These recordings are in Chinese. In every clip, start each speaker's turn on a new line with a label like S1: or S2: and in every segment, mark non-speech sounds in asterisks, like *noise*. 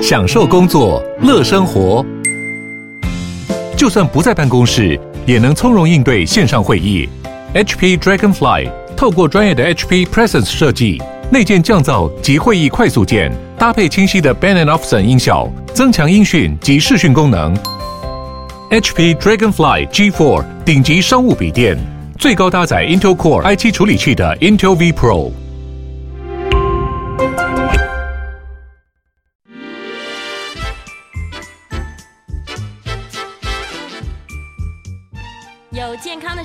S1: 享受工作，乐生活。就算不在办公室，也能从容应对线上会议。HP Dragonfly 透过专业的 HP Presence 设计，内建降噪及会议快速键，搭配清晰的 Bang Olufsen 音效，增强音讯及视讯功能。HP Dragonfly G4 顶级商务笔电，最高搭载 Intel Core i7 处理器的 Intel V Pro。
S2: 有健康的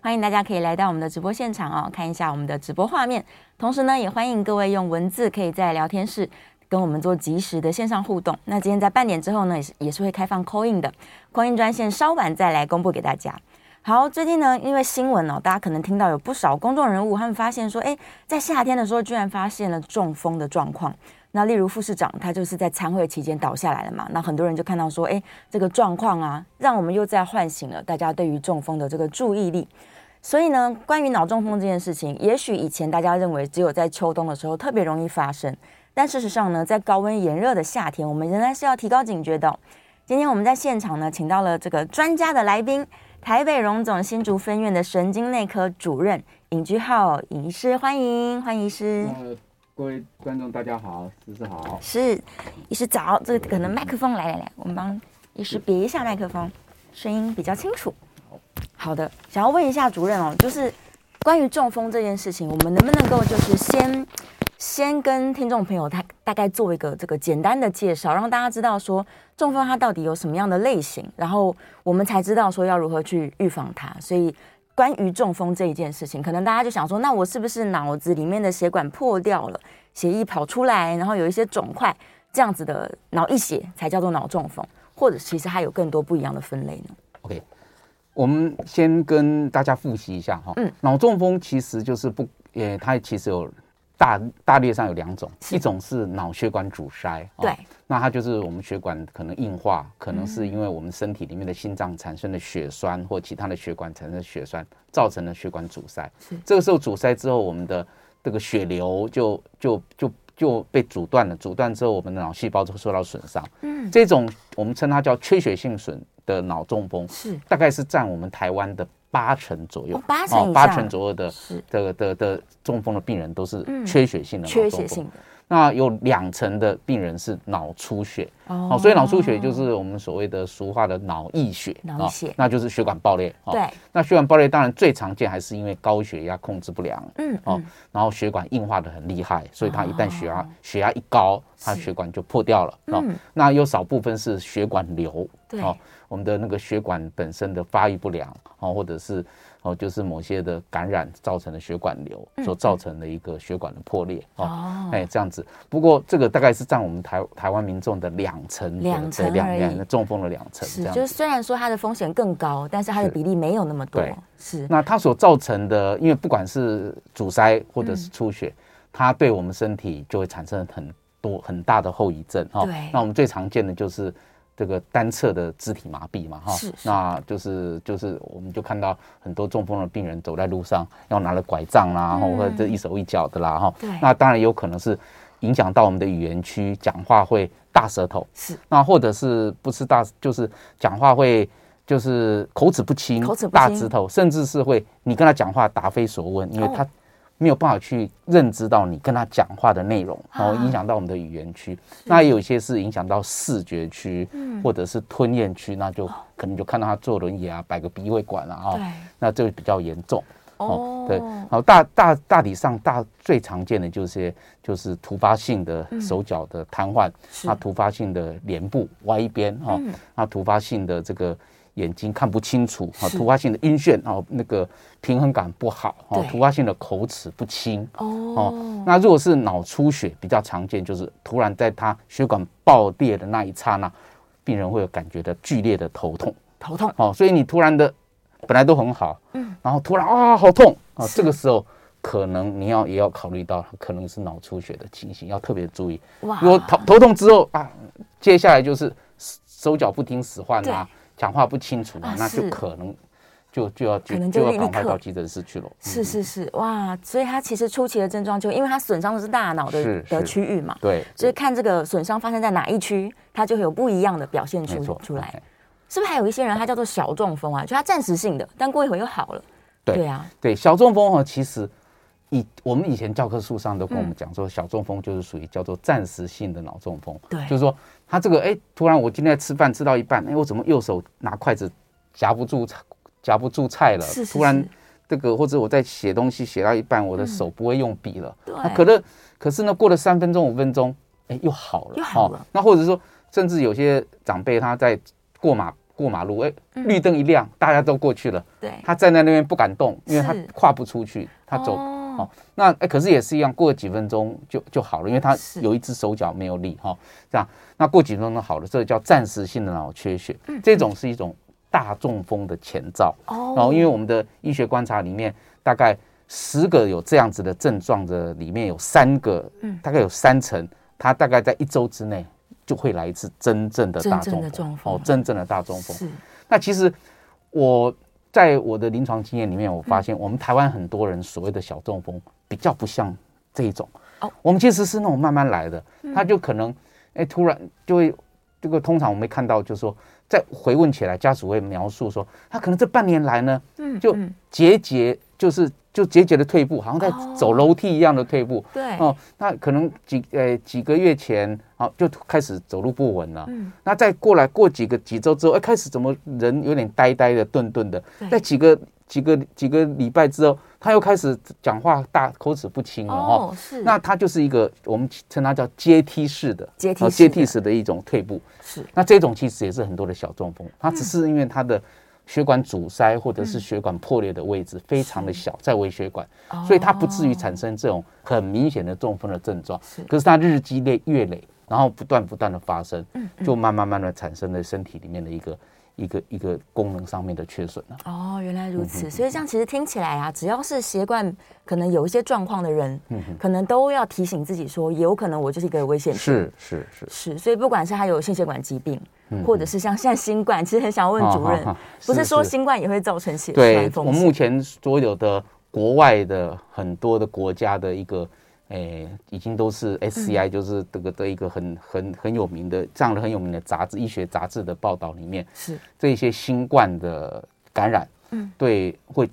S3: 欢迎大家可以来到我们的直播现场哦，看一下我们的直播画面。同时呢，也欢迎各位用文字可以在聊天室跟我们做及时的线上互动。那今天在半点之后呢，也是也是会开放 call in 的，call in 专线稍晚再来公布给大家。好，最近呢，因为新闻哦，大家可能听到有不少公众人物，他们发现说，哎，在夏天的时候居然发现了中风的状况。那例如副市长，他就是在参会期间倒下来了嘛，那很多人就看到说，哎，这个状况啊，让我们又在唤醒了大家对于中风的这个注意力。所以呢，关于脑中风这件事情，也许以前大家认为只有在秋冬的时候特别容易发生，但事实上呢，在高温炎热的夏天，我们仍然是要提高警觉的哦、今天我们在现场呢，请到了这个专家的来宾，台北荣总新竹分院的神经内科主任尹居浩尹医师，欢迎欢迎医师。
S4: 呃，各位观众大家好，思思好。
S3: 是，医师早，这个可能麦克风来来来，我们帮医师别一下麦克风，声音比较清楚。好的，想要问一下主任哦，就是关于中风这件事情，我们能不能够就是先先跟听众朋友他大概做一个这个简单的介绍，让大家知道说中风它到底有什么样的类型，然后我们才知道说要如何去预防它。所以关于中风这一件事情，可能大家就想说，那我是不是脑子里面的血管破掉了？血液跑出来，然后有一些肿块，这样子的脑溢血才叫做脑中风，或者其实还有更多不一样的分类呢？
S4: OK，我们先跟大家复习一下哈。
S3: 嗯
S4: 脑中风其实就是不，呃，它其实有大大略上有两种，
S3: 是
S4: 一种是脑血管阻塞，哦
S3: 对，
S4: 那它就是我们血管可能硬化，可能
S3: 嗯
S4: 是因为我们身体里面的心脏产生的血栓或其他的血管产生的血栓，造成了血管阻塞
S3: 是。
S4: 这个时候阻塞之后，我们的这个血流就就就就被阻断了，阻断之后，我们的脑细胞就受到损伤。
S3: 嗯，
S4: 这种我们称它叫缺血性损的脑中风，
S3: 是
S4: 大概是占我们台湾的八成左右
S3: 哦，八成以上
S4: 八成左右的
S3: 是
S4: 的的的中风的病人都是
S3: 嗯
S4: 缺血性的脑中
S3: 缺
S4: 风，
S3: 血性的
S4: 那有两成的病人是脑出血，哦，所以脑出血就是我们所谓的俗话的脑溢血，
S3: 脑
S4: 哦
S3: 溢血
S4: 那就是血管爆裂，哦
S3: 对，
S4: 那血管爆裂当然最常见还是因为高血压控制不良，
S3: 嗯哦
S4: 哦，然后血管硬化的很厉害，所以它一旦血压、血压一高，它
S3: 是
S4: 血管就破掉了。哦，
S3: 嗯
S4: 那有少部分是血管瘤，
S3: 对
S4: 我们的那个血管本身的发育不良，哦，或者是哦，就是某些的感染造成的血管瘤
S3: 嗯
S4: 所造成的一个血管的破裂，哦。
S3: 哦，
S4: 哎，这样子。不过这个大概是占我们台台湾民众的两成的，
S3: 两成
S4: 对两
S3: 而已
S4: 两中风的两成这
S3: 是，
S4: 样
S3: 就
S4: 子
S3: 是。虽然说它的风险更高，但是它的
S4: 是
S3: 比例没有那么多
S4: 对，
S3: 是
S4: 那它所造成的，因为不管是阻塞或者是出血，它对我们身体就会产生很多很大的后遗症哈
S3: 对
S4: 那我们最常见的就是这个单侧的肢体麻痹嘛哈、
S3: 是是
S4: 那就是就是我们就看到很多中风的病人走在路上要拿了拐杖啦，
S3: 嗯
S4: 或者这一手一脚的啦哈、
S3: 对
S4: 那当然有可能是影响到我们的语言区，讲话会大舌头。
S3: 是
S4: 那或者是不是大，就是讲话会就是口齿不清，
S3: 口齿不清
S4: 大舌头，甚至是会你跟他讲话答非所问，因为
S3: 哦
S4: 他没有办法去认知到你跟他讲话的内容，然后
S3: 啊
S4: 影响到我们的语言区。那也有一些是影响到视觉区，
S3: 嗯
S4: 或者是吞咽区，那就可能就看到他坐轮椅啊，摆个鼻胃管啊，哦
S3: 哦对，
S4: 那这个比较严重。
S3: 哦，
S4: 对，好，大大大体上大最常见的就是些就是突发性的
S3: 嗯
S4: 手脚的瘫痪，
S3: 是嗯
S4: 那、突发性的脸部歪一边哈，那、突发性的这个眼睛看不清楚啊，
S3: 是
S4: 突发性的晕眩哦，那个平衡感不好哦
S3: 对，
S4: 突发性的口齿不清哦
S3: 哦，，
S4: 那如果是脑出血比较常见，就是突然在他血管爆裂的那一刹那，病人会有感觉的剧烈的头痛。
S3: 头痛
S4: 哦，所以你突然的本来都很好，嗯，然后突然啊好痛啊，这个时候可能你要也要考虑到可能是脑出血的情形，要特别注意。
S3: 哇
S4: 如果头头痛之后啊，接下来就是手手脚不听使唤啊，讲话不清楚
S3: 啊
S4: 啊，那
S3: 是
S4: 就可能就就要
S3: 可能就
S4: 就要
S3: 立
S4: 赶快
S3: 刻
S4: 到急诊室去了。
S3: 是
S4: 嗯
S3: 是是，哇！所以他其实初期的症状就因为他损伤的是大脑的
S4: 是
S3: 的
S4: 是
S3: 区域嘛，
S4: 对，
S3: 所以看这个损伤发生在哪一区，它就会有不一样的表现
S4: 没
S3: 出
S4: 错，哎
S3: 出来
S4: OK。
S3: 是不是还有一些人他叫做小中风啊？就他暂时性的，但过一会儿又好了。
S4: 对
S3: 啊，
S4: 对，小中风哦，其实以我们以前教科书上都跟我们讲说，小中风就是属于叫做暂时性的脑中风。
S3: 对
S4: 就是说他这个哎，突然我今天在吃饭吃到一半，哎，我怎么右手拿筷子夹不住菜夹不住菜了？
S3: 是是
S4: 突然
S3: 是嗯
S4: 这个或者我在写东西写到一半，我的手不会用笔了。
S3: 对
S4: 那可能可是呢，过了三分钟五分钟，哎，又好了，
S3: 又好
S4: 哦
S3: 了
S4: 那或者说，甚至有些长辈他在过马过马路，哎，
S3: 嗯
S4: 绿灯一亮，大家都过去了。
S3: 对，
S4: 他站在那边不敢动，因为他
S3: 是
S4: 跨不出去，他走。
S3: 哦
S4: 哦，那、哎可是也是一样，过了几分钟就就好了，因为他
S3: 是
S4: 有一只手脚没有力哈、这样，那过几分钟好了，这叫暂时性的脑缺血，
S3: 嗯
S4: 这种是一种大中风的前兆。
S3: 哦
S4: 然后，因为我们的医学观察里面，大概十个有这样子的症状的，里面有三个，
S3: 嗯
S4: 大概有三成，他大概在一周之内就会来一次真正的大
S3: 真正的
S4: 中
S3: 中风
S4: 哦，真正的大中风。
S3: 是
S4: 那其实我在我的临床经验里面，我发
S3: 嗯
S4: 现我们台湾很多人所谓的小中风比较不像这一种
S3: 哦，嗯
S4: 我们其实是那种慢慢来的，他就可能哎突然就会这个通常我们会看到就是说。再回问起来，家属会描述说，他可能这半年来呢，
S3: 嗯
S4: 就
S3: 嗯
S4: 节节就是就节节的退步，好像在
S3: 哦
S4: 走楼梯一样的退步。
S3: 对
S4: 哦，那可能几呃几个月前，好、就开始走路不稳了。
S3: 嗯
S4: 那再过来过几个几周之后，哎，开始怎么人有点呆呆的、顿顿的
S3: 对。
S4: 在几个几个几个礼拜之后，他又开始讲话大口齿不清了哦。
S3: 哦是
S4: 那它就是一个我们称它叫阶梯式的
S3: 阶梯
S4: 哦
S3: 式的
S4: 阶梯式的一种退步。
S3: 是
S4: 那这种其实也是很多的小中风，它只
S3: 嗯
S4: 是因为它的血管阻塞或者是血管破裂的位置非常的小，在微血管，
S3: 哦
S4: 所以它不至于产生这种很明显的中风的症状
S3: 是。
S4: 可是它日积累月累，然后不断不断的发生，
S3: 嗯
S4: 就慢慢慢的产生了身体里面的一个一个一个功能上面的缺损啊了。
S3: 哦，原来如
S4: 嗯
S3: 此。所以这样其实听起来啊，只要是血管可能有一些状况的人，
S4: 嗯
S3: 可能都要提醒自己说，有可能我就是一个危险群。
S4: 是是，
S3: 是，所以不管是他有心血管疾病，或者是像现在新冠，其实很想问主任
S4: 啊啊啊，
S3: 不是
S4: 是
S3: 说
S4: 是
S3: 新冠也会造成血
S4: 对
S3: 栓
S4: 我
S3: 风
S4: 目
S3: 险？
S4: 前所有的国外的很多的国家的一个。诶，已经都是 SCI，就是这个的一个很很很有名的这样的很有名的杂志，医学杂志的报道里面，
S3: 是
S4: 这些新冠的感染，嗯，对会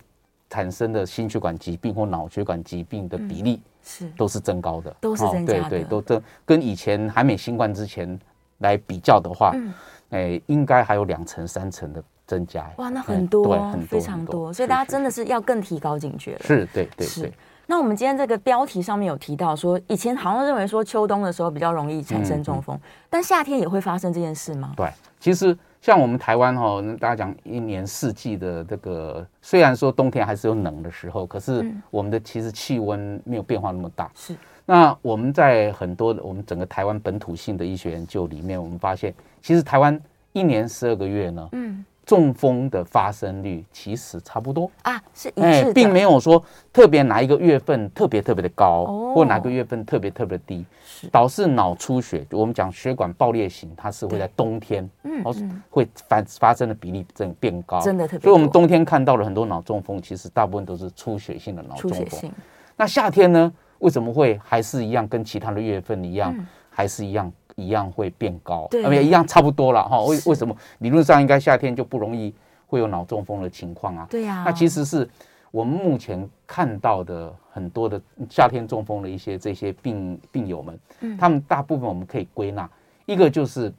S4: 产生的心血管疾病或脑血管疾病的比例
S3: 是
S4: 都是增高的，哦
S3: 都是增加的
S4: 对对，都增跟以前还没新冠之前来比较的话，
S3: 嗯
S4: 诶，应该还有两成三成的增加。
S3: 哇，那
S4: 哎
S3: 很多
S4: 对
S3: 哦，
S4: 很
S3: 非
S4: 多
S3: 常
S4: 很
S3: 多，所以大家真的是要更提高警觉了。
S4: 是，是对对
S3: 是
S4: 对，
S3: 那我们今天这个标题上面有提到说，以前好像认为说秋冬的时候比较容易产
S4: 嗯
S3: 生中风，但夏天也会发生这件事吗？
S4: 对，其实像我们台湾哈、哦，大家讲一年四季的这个，虽然说冬天还是有冷的时候，可是
S3: 嗯
S4: 我们的其实气温没有变化那么大。
S3: 是
S4: 那我们在很多的我们整个台湾本土性的医学研究里面，我们发现，其实台湾一年十二个月呢，嗯，中风的发生率其实差不多。
S3: 啊，是一致的，
S4: 哎并没有说特别哪一个月份特别特别的高，
S3: 哦
S4: 或哪个月份特别特别地低，导致脑出血。我们讲血管爆裂型，它是会在冬天，嗯，会反发生的比例正变高，
S3: 真的特别多
S4: 所以我们冬天看到了很多脑中风，其实大部分都是出血性的脑
S3: 出
S4: 中
S3: 血
S4: 风
S3: 性。
S4: 那夏天呢，为什么会还是一样跟其他的月份一样，还是一样一样会变高？
S3: 嗯对
S4: 啊不一样差不多了哈。为为什么理论上应该夏天就不容易会有脑中风的情况啊？
S3: 对呀
S4: 那其实是我们目前看到的很多的夏天中风的一些这些病病友们，
S3: 嗯
S4: 他们大部分我们可以归纳，一个就是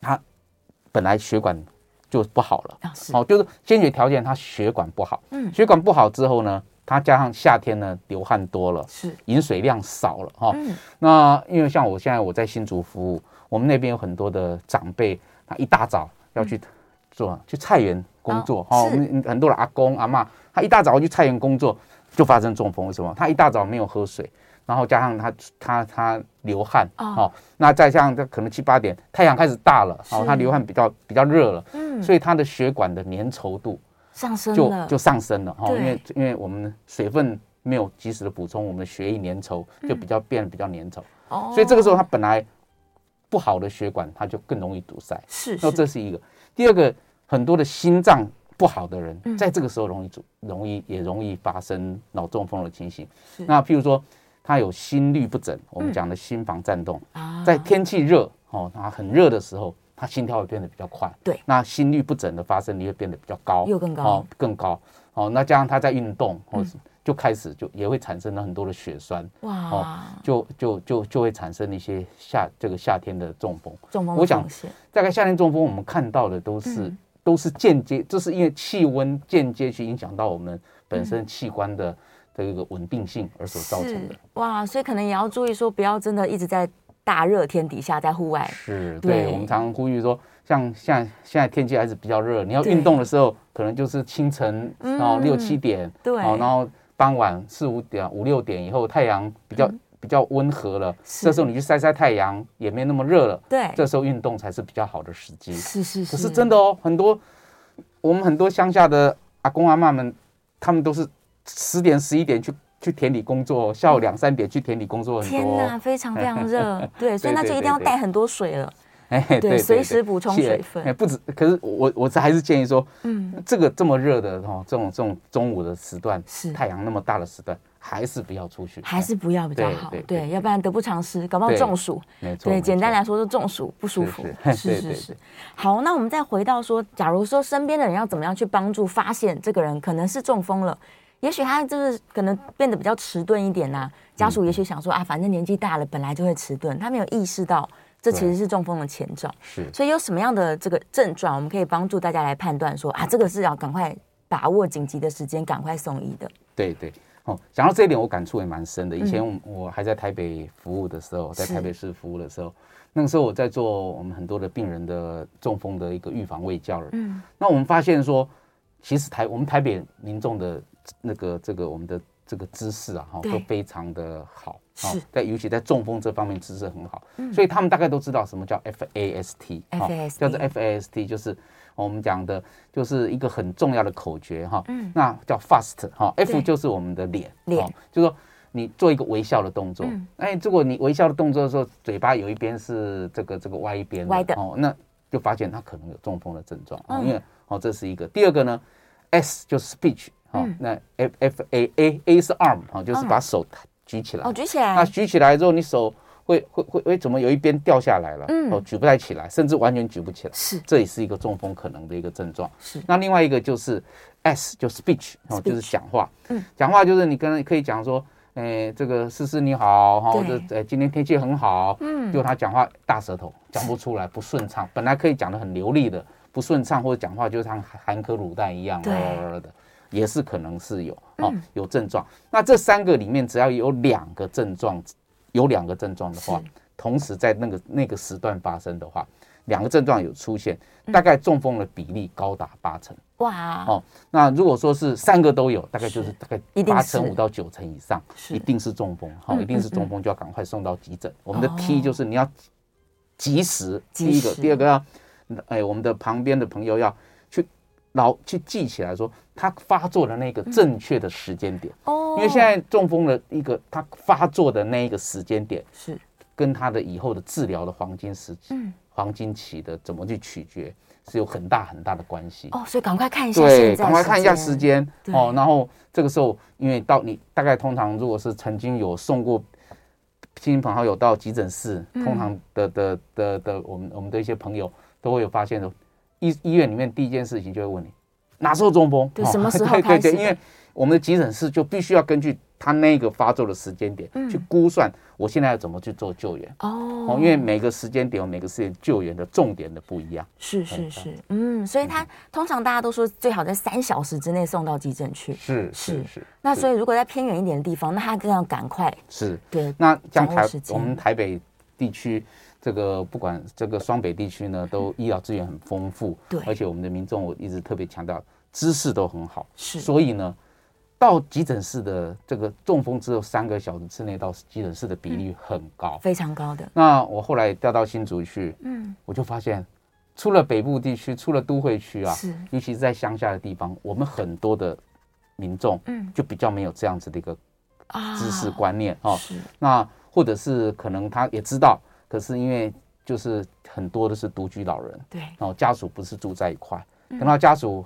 S4: 他本来血管就不好了。
S3: 啊是
S4: 好、就是先决条件，他血管不好。嗯，血管不好之后呢，他加上夏天呢流汗多了，
S3: 是
S4: 饮水量少了哈、
S3: 嗯
S4: 那因为像我现在我在新竹服务，我们那边有很多的长辈，他一大早要去做、去菜园工作哈、
S3: 嗯哦
S4: 我
S3: 是
S4: 们很多的阿公阿嬷，他一大早去菜园工作就发生中风，为什么？他一大早没有喝水。然后加上他他他流汗
S3: 哦
S4: 那再加上他可能七八点太阳开始大了，哦
S3: 是，
S4: 他流汗比较比较热了，
S3: 嗯
S4: 所以他的血管的粘稠度
S3: 上升
S4: 就
S3: 了，
S4: 就上升了哈，
S3: 对
S4: 因为因为我们水分没有及时的补充，我们的血液粘稠就比较变得比较粘稠，
S3: 嗯哦
S4: 所以这个时候它本来不好的血管它就更容易堵塞，
S3: 是
S4: 那
S3: 是
S4: 这是一个。第二个，很多的心脏不好的
S3: 嗯
S4: 人，在这个时候容易阻容易也容易发生脑中风的情形
S3: 是。
S4: 那譬如说他有心律不整，我
S3: 嗯
S4: 们讲的心房颤动，
S3: 啊
S4: 在天气热哦，它很热的时候，它心跳会变得比较快。
S3: 对
S4: 那心率不整的发生率会变得比较高，
S3: 又更高嗯
S4: 哦，更高。哦，那加上他在运动，哦，就开始就也会产生了很多的血栓，
S3: 哇，
S4: 就就就就会产生一些夏这个夏天的中风。
S3: 中风
S4: 我
S3: 的
S4: 想
S3: 风险
S4: 大概夏天中风，我们看到的都是、
S3: 嗯
S4: 都是间接，就是因为气温间接去影响到我们本身器官的这个稳定性而所造成的
S3: 嗯是。哇，所以可能也要注意说，不要真的一直在大热天底下在户外，
S4: 是，
S3: 对
S4: 对，我们常常呼吁说，像像现在天气还是比较热，你要
S3: 对
S4: 运动的时候，可能就是清晨，
S3: 嗯
S4: 然后六七点，
S3: 对
S4: 哦然后傍晚四五点、五六点以后，太阳比较比较温和了，
S3: 嗯是
S4: 这时候你去晒晒太阳，也没那么热了，
S3: 对，
S4: 这时候运动才是比较好的时机。
S3: 是是是，
S4: 可是真的哦，很多我们很多乡下的阿公阿嬷们，他们都是十点十一点去去田里工作哦，下午两三点去田里工作很
S3: 天
S4: 多
S3: 哪，
S4: 哦。
S3: 非常非常热，
S4: *laughs*
S3: 对，所以
S4: 对
S3: 那就
S4: 对
S3: 一定要
S4: 对
S3: 带很多水了，
S4: *laughs* 哎，对
S3: 对随时补充
S4: 是
S3: 水分
S4: 哎，不止，可是我我这还是建议说，
S3: 嗯，
S4: 这个这么热的哦，这种这种中午的时段，
S3: 是
S4: 太阳那么大的时段，还是不要出去，哎
S3: 还是不要比较
S4: 对
S3: 好
S4: 对，对
S3: 对，要不然得不偿失，搞不好
S4: 对
S3: 中暑。
S4: 没错。
S3: 对，
S4: 没
S3: 简单
S4: 错
S3: 来说就中暑不舒服。
S4: 是
S3: 是
S4: 是
S3: 是
S4: 对对
S3: 是。好，那我们再回到说，假如说身边的人要怎么样去帮助发现这个人可能是中风了，也许他就是可能变得比较迟钝一点呐、家属
S4: 嗯
S3: 也许想说啊，反正年纪大了本来就会迟钝，他没有意识到这其实是中风的前兆。
S4: 是。
S3: 所以有什么样的这个症状，我们可以帮助大家来判断说啊，这个是要赶快把握紧急的时间，赶快送医的。
S4: 对对，哦，讲到这一点，我感触也蛮深的。以前我我还在台北服务的时候，在
S3: 嗯是
S4: 台北市服务的时候，那个时候我在做我们很多的病人的中风的一个预防卫教了。
S3: 嗯，
S4: 那我们发现说，其实台我们台北民众的那个这个我们的这个知识啊，哈，
S3: 对
S4: 都非常的好。哦
S3: 是嗯
S4: 在尤其在中风这方面知识很好，所以他们大概都知道什么叫 FAST，哦
S3: FAST
S4: 叫做 FAST，就是我们讲的，就是一个很重要的口诀哈。嗯，那叫 fast 哈
S3: 对
S4: ，F 就是我们的脸，
S3: 脸
S4: 哦就是说你做一个微笑的动作
S3: 嗯。
S4: 哎，如果你微笑的动作的时候，嘴巴有一边是这个这个歪一边
S3: 歪的
S4: 哦，那就发现他可能有中风的症状，哦
S3: 嗯
S4: 因为哦这是一个。第二个呢，S 就是 speech 哦
S3: 嗯，
S4: 那 F F A A A 是 arm 哦，就是
S3: 嗯
S4: 把手举起来
S3: 哦，。举起
S4: 那
S3: 来，
S4: 举起来之后，你手会会会会怎么有一边掉下来了？
S3: 嗯
S4: 哦，举不太起来，甚至完全举不起来。
S3: 是
S4: 这也是一个中风可能的一个症状。
S3: 是
S4: 那另外一个就是 S 就 speech 哦，
S3: Speech
S4: 就是讲话。
S3: 嗯，
S4: 讲话就是你跟人可以讲说，哎，这个思思你好哈，
S3: 对
S4: 这呃今天天气很好。
S3: 嗯
S4: 就他讲话大舌头，讲不出来，不
S3: *laughs*
S4: 顺畅。本来可以讲的很流利的，不顺畅或者讲话就像含颗卤蛋一样，呃
S3: 对嗯
S4: 的，也是可能是有哦有症状。那这三个里面只要有两个症状，有两个症状的话
S3: 是，
S4: 同时在那个那个时段发生的话，两个症状有出现，大概中风的比例高达八成。
S3: 哇，
S4: 哦那如果说是三个都有，大概就是
S3: 是
S4: 大概
S3: 一定
S4: 八
S3: 是
S4: 成五到九成以上，
S3: 是
S4: 一定是中风，好、
S3: 嗯哦
S4: 一定是中风就要赶快送到急诊。我们的 T 就是你要及时，第一
S3: 及
S4: 个，
S3: 时
S4: 第二个要，哎，我们的旁边的朋友要去牢去记起来说他发作的那个
S3: 嗯
S4: 正确的时间点，
S3: 哦，
S4: 因为现在中风的一个他发作的那一个时间点
S3: 是
S4: 跟他的以后的治疗的黄金时期、
S3: 嗯
S4: 黄金期的怎么去取决是有很大很大的关系。
S3: 哦，所以赶快看一下
S4: 对，
S3: 现在，
S4: 赶快看一下时。间
S3: 对
S4: 哦。然后这个时候，因为到你大概通常如果是曾经有送过亲朋好友到急诊室，
S3: 嗯
S4: 通常的的的的，我们我们的一些朋友都会有发现的。医医院里面第一件事情就会问你哪时候中风，
S3: 对
S4: 哦
S3: 什么时候
S4: 对
S3: 开
S4: 对
S3: 始的
S4: 对，因为我们的急诊室就必须要根据他那个发作的时间点
S3: 嗯
S4: 去估算我现在要怎么去做救援。
S3: 哦
S4: 哦，，因为每个时间点、每个时间救援的重点的不一样。
S3: 是是是，嗯，所以他通常大家都说最好在三小时之内送到急诊去。
S4: 是
S3: 是
S4: 是是，
S3: 那所以如果在偏远一点的地方，那他更要赶快。
S4: 是。
S3: 对，
S4: 那
S3: 掌
S4: 像
S3: 握
S4: 台
S3: 时间
S4: 我们台北地区，这个不管这个双北地区呢，都医疗资源很丰富，
S3: 对
S4: 而且我们的民众我一直特别强调，知识都很好，
S3: 是
S4: 所以呢，到急诊室的这个中风之后三个小时之内到急诊室的
S3: 嗯
S4: 比例很高。
S3: 非常高的。
S4: 那我后来调到新竹去，
S3: 嗯，
S4: 我就发现除了北部地区，除了都会区啊
S3: 是，
S4: 尤其是在乡下的地方，我们很多的民众
S3: 嗯
S4: 就比较没有这样子的一个
S3: 啊
S4: 知识观念哦。
S3: 是
S4: 那或者是可能他也知道，可是因为就是很多的是独居老人，
S3: 对
S4: 然后家属不是住在一块，
S3: 嗯
S4: 等到家属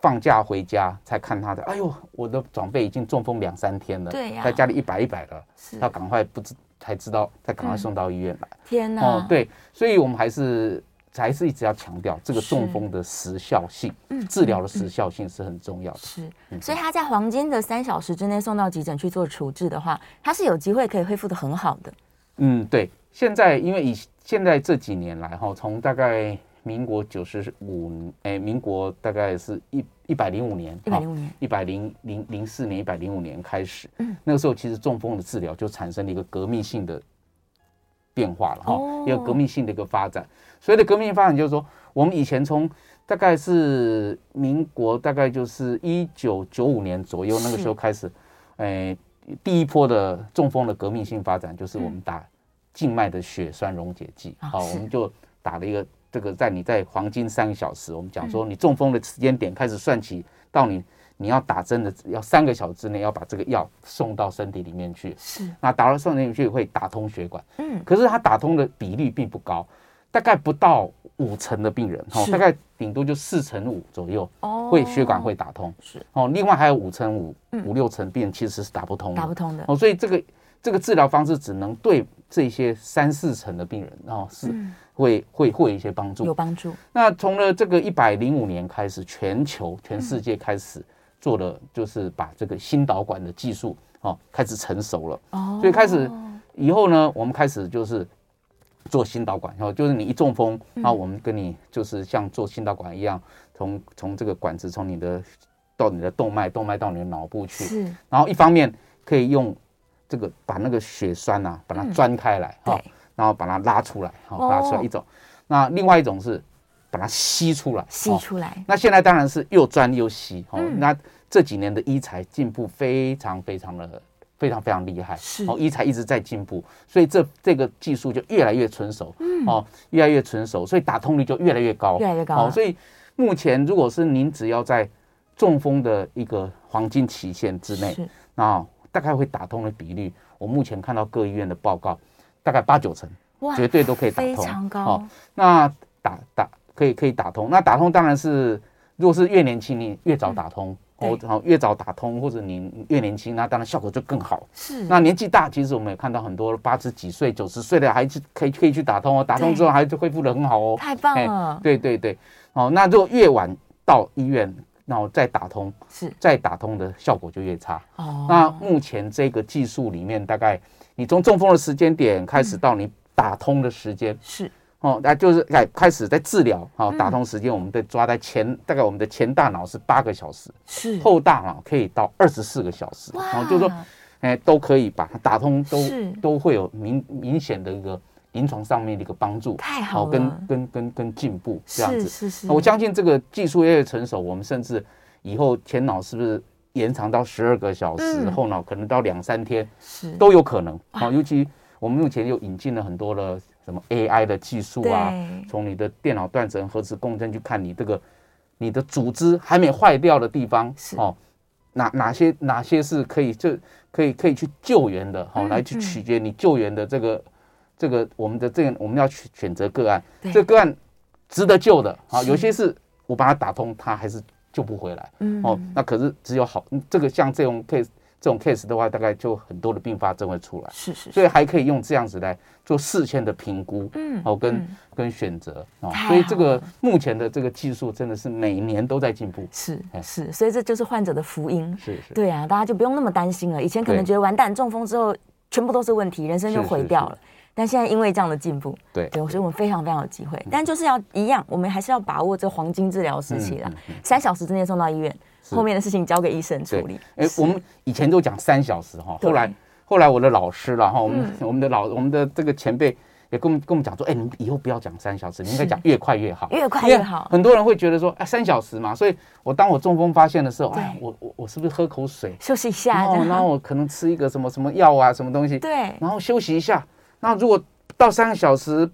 S4: 放假回家才看他的，哎呦，我的长辈已经中风两三天了，
S3: 对呀
S4: 在家里一百一百了，
S3: 是嗯
S4: 要赶快不知才知道，才赶快送到医院来。
S3: 天哪，
S4: 哦，，对，所以我们还是还是一直要强调这个中
S3: 是
S4: 风的时效性
S3: 嗯，
S4: 治疗的时效性是很重要的。
S3: 是，
S4: 嗯
S3: 所以他在黄金的三小时之内送到急诊去做处置的话，他是有机会可以恢复的很好的。
S4: 嗯，对，现在因为以现在这几年来哈，从大概民国九十五，哎，民国大概是一一百零五年，
S3: 一百零五年，
S4: 一百零零零四年、一百零五年开始，
S3: 嗯
S4: 那个时候其实中风的治疗就产生了一个革命性的变化了哈，
S3: 哦
S4: 一个革命性的一个发展。所谓的革命发展，就是说我们以前从大概是民国大概就是一九九五年左右那个时候开始，哎、第一波的中风的革命性发展就是我们打静脉的血栓溶解剂，
S3: 啊
S4: 好、
S3: 是
S4: 我们就打了一个这个在你在黄金三个小时，我们讲说你中风的时间点开始算起到你你要打针的要三个小时之内要把这个药送到身体里面去，
S3: 是，
S4: 那打到送进去会打通血管，
S3: 嗯，
S4: 可是它打通的比率并不高，大概不到五成的病人，哦，
S3: 是
S4: 大概顶多就四成五左右
S3: 哦
S4: 会血管会打通，
S3: 是
S4: 哦，另外还有五成五
S3: 嗯
S4: 五六成病人其实是打不通的，
S3: 打不通的，
S4: 哦，所以这个这个治疗方式只能对这些三四成的病人，哦，是
S3: 嗯，
S4: 会会会有一些帮助
S3: 有。帮助，
S4: 那从了这个一百零五年开始，全球全世
S3: 嗯
S4: 界开始做了，就是把这个心导管的技术哦开始成熟了。
S3: 哦
S4: 所以开始以后呢，我们开始就是做心导管，然后就是你一中风，那
S3: 嗯
S4: 我们跟你就是像做心导管一样，从从这个管子从你的到你的动脉，动脉到你的脑部去，
S3: 是，
S4: 然后一方面可以用这个把那个血栓啊，把它钻开来，哈、
S3: 嗯对，
S4: 然后把它拉出来，好、
S3: 哦
S4: 拉出来一种。那另外一种是把它吸出来，
S3: 吸
S4: 哦
S3: 出来，
S4: 那现在当然是又钻又吸，哦，
S3: 嗯
S4: 那这几年的医材进步非常非常的非常非常厉害，
S3: 是
S4: 哦，医材一直在进步，所以这这个技术就越来越成熟，哦，越来越成熟，所以打通率就越来越高，
S3: 嗯越来越高
S4: 哦
S3: 了，
S4: 所以目前如果是您只要在中风的一个黄金期限之内，
S3: 是
S4: 那大概会打通的比率，我目前看到各医院的报告，大概八九成
S3: 哇
S4: 绝对都可以打
S3: 非
S4: 通，
S3: 常
S4: 哦
S3: 高，
S4: 那打打可以可以打通，那打通当然是如果是越年轻，你越早打通，
S3: 嗯
S4: 哦，好越早打通，或者你越年轻，那当然效果就更好。
S3: 是，
S4: 那年纪大，其实我们也看到很多八十几岁、九十岁的还是可以可以去打通哦，打通之后还是恢复的很好哦。
S3: 太棒了，
S4: 对对对，哦，那如果越晚到医院，然后再打通，
S3: 是，
S4: 再打通的效果就越差。
S3: 哦，
S4: 那目前这个技术里面，大概你从中风的时间点开始到你打通的时间，
S3: 是
S4: 哦，那就是哎开始在治疗，好、
S3: 嗯
S4: 打通时间，我们在抓在前大概我们的前大脑是八个小时，
S3: 是，
S4: 后大脑可以到二十四个小时，然后就说
S3: 哇
S4: 哎都可以把它打通，都
S3: 是
S4: 都会有明明显的一个临床上面的一个帮助，
S3: 太好
S4: 哦
S3: 了
S4: 跟跟跟跟进步这样
S3: 是
S4: 子，
S3: 是是，
S4: 我相信这个技术越来越成熟，我们甚至以后前脑是不是延长到十二个小时，
S3: 嗯
S4: 后脑可能到两三天，
S3: 是
S4: 都有可能啊、尤其我们目前又引进了很多的什么 AI 的技术啊
S3: 对，
S4: 从你的电脑断层核磁共振去看你这个你的组织还没坏掉的地方
S3: 是
S4: 哦，哪哪些哪些是可以就可以可以去救援的，好、
S3: 嗯
S4: 来去取决你救援的这个、这个我们的这个我们要去选择个案，
S3: 对
S4: 这个个案值得救的，好、
S3: 是
S4: 有些是我把它打通，它还是救不回来。
S3: 嗯
S4: 哦，那可是只有好，嗯这个像这种 case 这种 case 的话，大概就很多的并发症会出来，
S3: 是是，
S4: 所
S3: 以
S4: 以还可以用这样子来做事先的评估，
S3: 嗯
S4: 哦，跟、
S3: 嗯
S4: 跟选择哦
S3: 太，
S4: 所以这
S3: 好
S4: 个
S3: 了
S4: 目前的这个技术真的是每年都在进步，
S3: 是
S4: 哎
S3: 是，所以这就是患者的福音。
S4: 是是，
S3: 对啊，大家就不用那么担心了。以前可能
S4: 对
S3: 觉得完蛋，中风之后全部都是问题，人生就是毁
S4: 是
S3: 掉
S4: 是
S3: 了。但现在因为这样的进步，
S4: 对嗯
S3: 对，所以我们非常非常有机会。但就是要一样，我们还是要把握这黄金治疗时期啦
S4: 嗯，
S3: 三小时之内送到医院，
S4: 是
S3: 后面的事情交给医生处
S4: 对
S3: 理。，
S4: 哎，我们以前都讲三小时哈，
S3: 对嗯
S4: 后来后来我的老师了哈，我们我们的老我们的这个前辈。也跟我们跟我们讲说，哎、你以后不要讲三小时，你应该
S3: 是
S4: 讲越快越好，
S3: 越快
S4: 因为
S3: 越好
S4: 很多人会觉得说，哎，三小时嘛，所以我当我中风发现的时候，哎
S3: 对，
S4: 我我我是不是喝口水？
S3: 休息一下，
S4: 然
S3: 这
S4: 后，
S3: 样
S4: 然后我可能吃一个什么什么药啊，什么东西，
S3: 对
S4: 然后休息一下。那如果到三个小时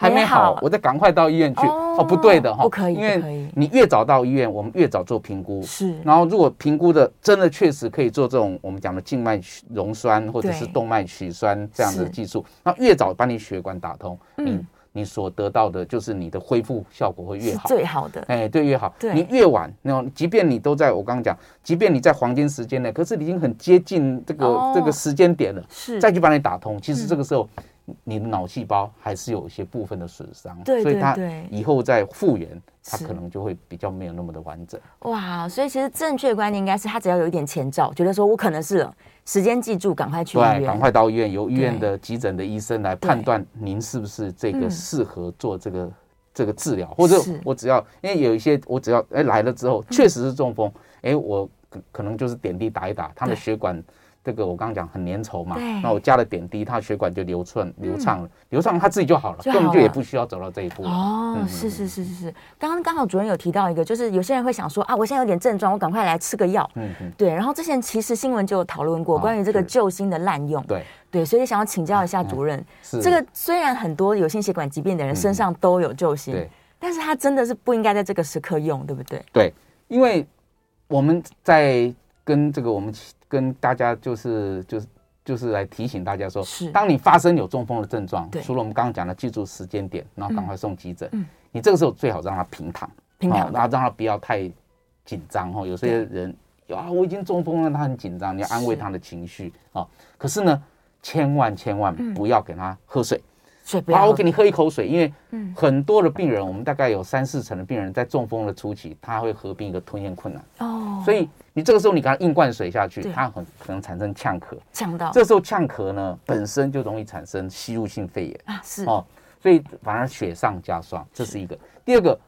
S4: 还没
S3: 好
S4: 好，我再赶快到医院去。
S3: 哦
S4: 哦，不对的哈，
S3: 不可以
S4: 因
S3: 不可以
S4: 为你越早到医院，我们越早做评估。
S3: 是
S4: 然后，如果评估的真的确实可以做这种我们讲的静脉曲溶栓或者是
S3: 对
S4: 动脉取栓这样的
S3: 是
S4: 技术，那越早把你血管打通，你
S3: 嗯
S4: 你所得到的就是你的恢复效果会越
S3: 是
S4: 好。
S3: 最好的，
S4: 哎，对，越好。
S3: 对
S4: 你越晚，那即便你都在我刚刚讲，即便你在黄金时间内，可是你已经很接近这个、
S3: 哦
S4: 这个时间点了，
S3: 是嗯
S4: 再去把你打通，其实这个时候、你的脑细胞还是有一些部分的损伤，
S3: 对
S4: 所以
S3: 对
S4: 它
S3: 对
S4: 以后再复原，它
S3: 是
S4: 可能就会比较没有那么的完整。
S3: 哇，所以其实正确的观念应该是，他只要有一点前兆，觉得说我可能是了，时间记住，赶快去医
S4: 对，
S3: 院，哦
S4: 赶快到医院，由医院
S3: 对
S4: 的急诊的医生来判
S3: 对
S4: 断您是不是这
S3: 嗯
S4: 个适合做这个、这个治疗，或者
S3: 是嗯
S4: 我只要，因为有一些我只要哎来了之后确实是中风，哎我可可能就是点滴打一打，他们
S3: 对
S4: 血管。这个我刚刚讲很粘稠嘛
S3: 对，嗯
S4: 那我加了点滴，它血管就流畅流畅了，流畅它自己就好了，
S3: 就
S4: 根本
S3: 好
S4: 就也
S3: 了
S4: 不需要走到这一步了。
S3: 哦，
S4: 嗯
S3: 是是是是是，刚刚刚好主任有提到一个，就是有些人会想说啊，我现在有点症状，我赶快来吃个药。
S4: 嗯嗯，
S3: 对，然后之前其实新闻就有讨论过
S4: 啊
S3: 关于这个
S4: 是
S3: 救星的滥用，
S4: 对，嗯
S3: 对，所以想要请教一下主任，
S4: 是嗯
S3: 这个虽然很多有心血管疾病的人身上都有救星，
S4: 对
S3: 但是他真的是不应该在这个时刻用，对不对？
S4: 对，因为我们在跟这个我们跟大家就是就是就是来提醒大家说，
S3: 是
S4: 当你发生有中风的症状
S3: 对，
S4: 除了我们刚刚讲的记住时间点，然后赶快送急诊，
S3: 嗯
S4: 你这个时候最好让他平躺，
S3: 平
S4: 哦
S3: 常
S4: 然后让他不要太紧张哦。有些人啊，我已经中风了，他很紧张，你要安慰
S3: 是
S4: 他的情绪啊、哦。可是呢，千万千万
S3: 嗯
S4: 不要给他喝水。
S3: 水不
S4: 好，
S3: 要
S4: 我给你喝一口水，因为
S3: 嗯
S4: 很多的病人，我们大概有三四成的病人在中风的初期，他会合并一个吞咽困难，
S3: 哦，
S4: 所以你这个时候你给他硬灌水下去
S3: 对，哦
S4: 他很可能产生呛咳。
S3: 呛到
S4: 这时候呛咳呢，本身就容易产生吸入性肺炎
S3: 啊是
S4: 哦，所以反而雪上加霜，这是一个。第二个，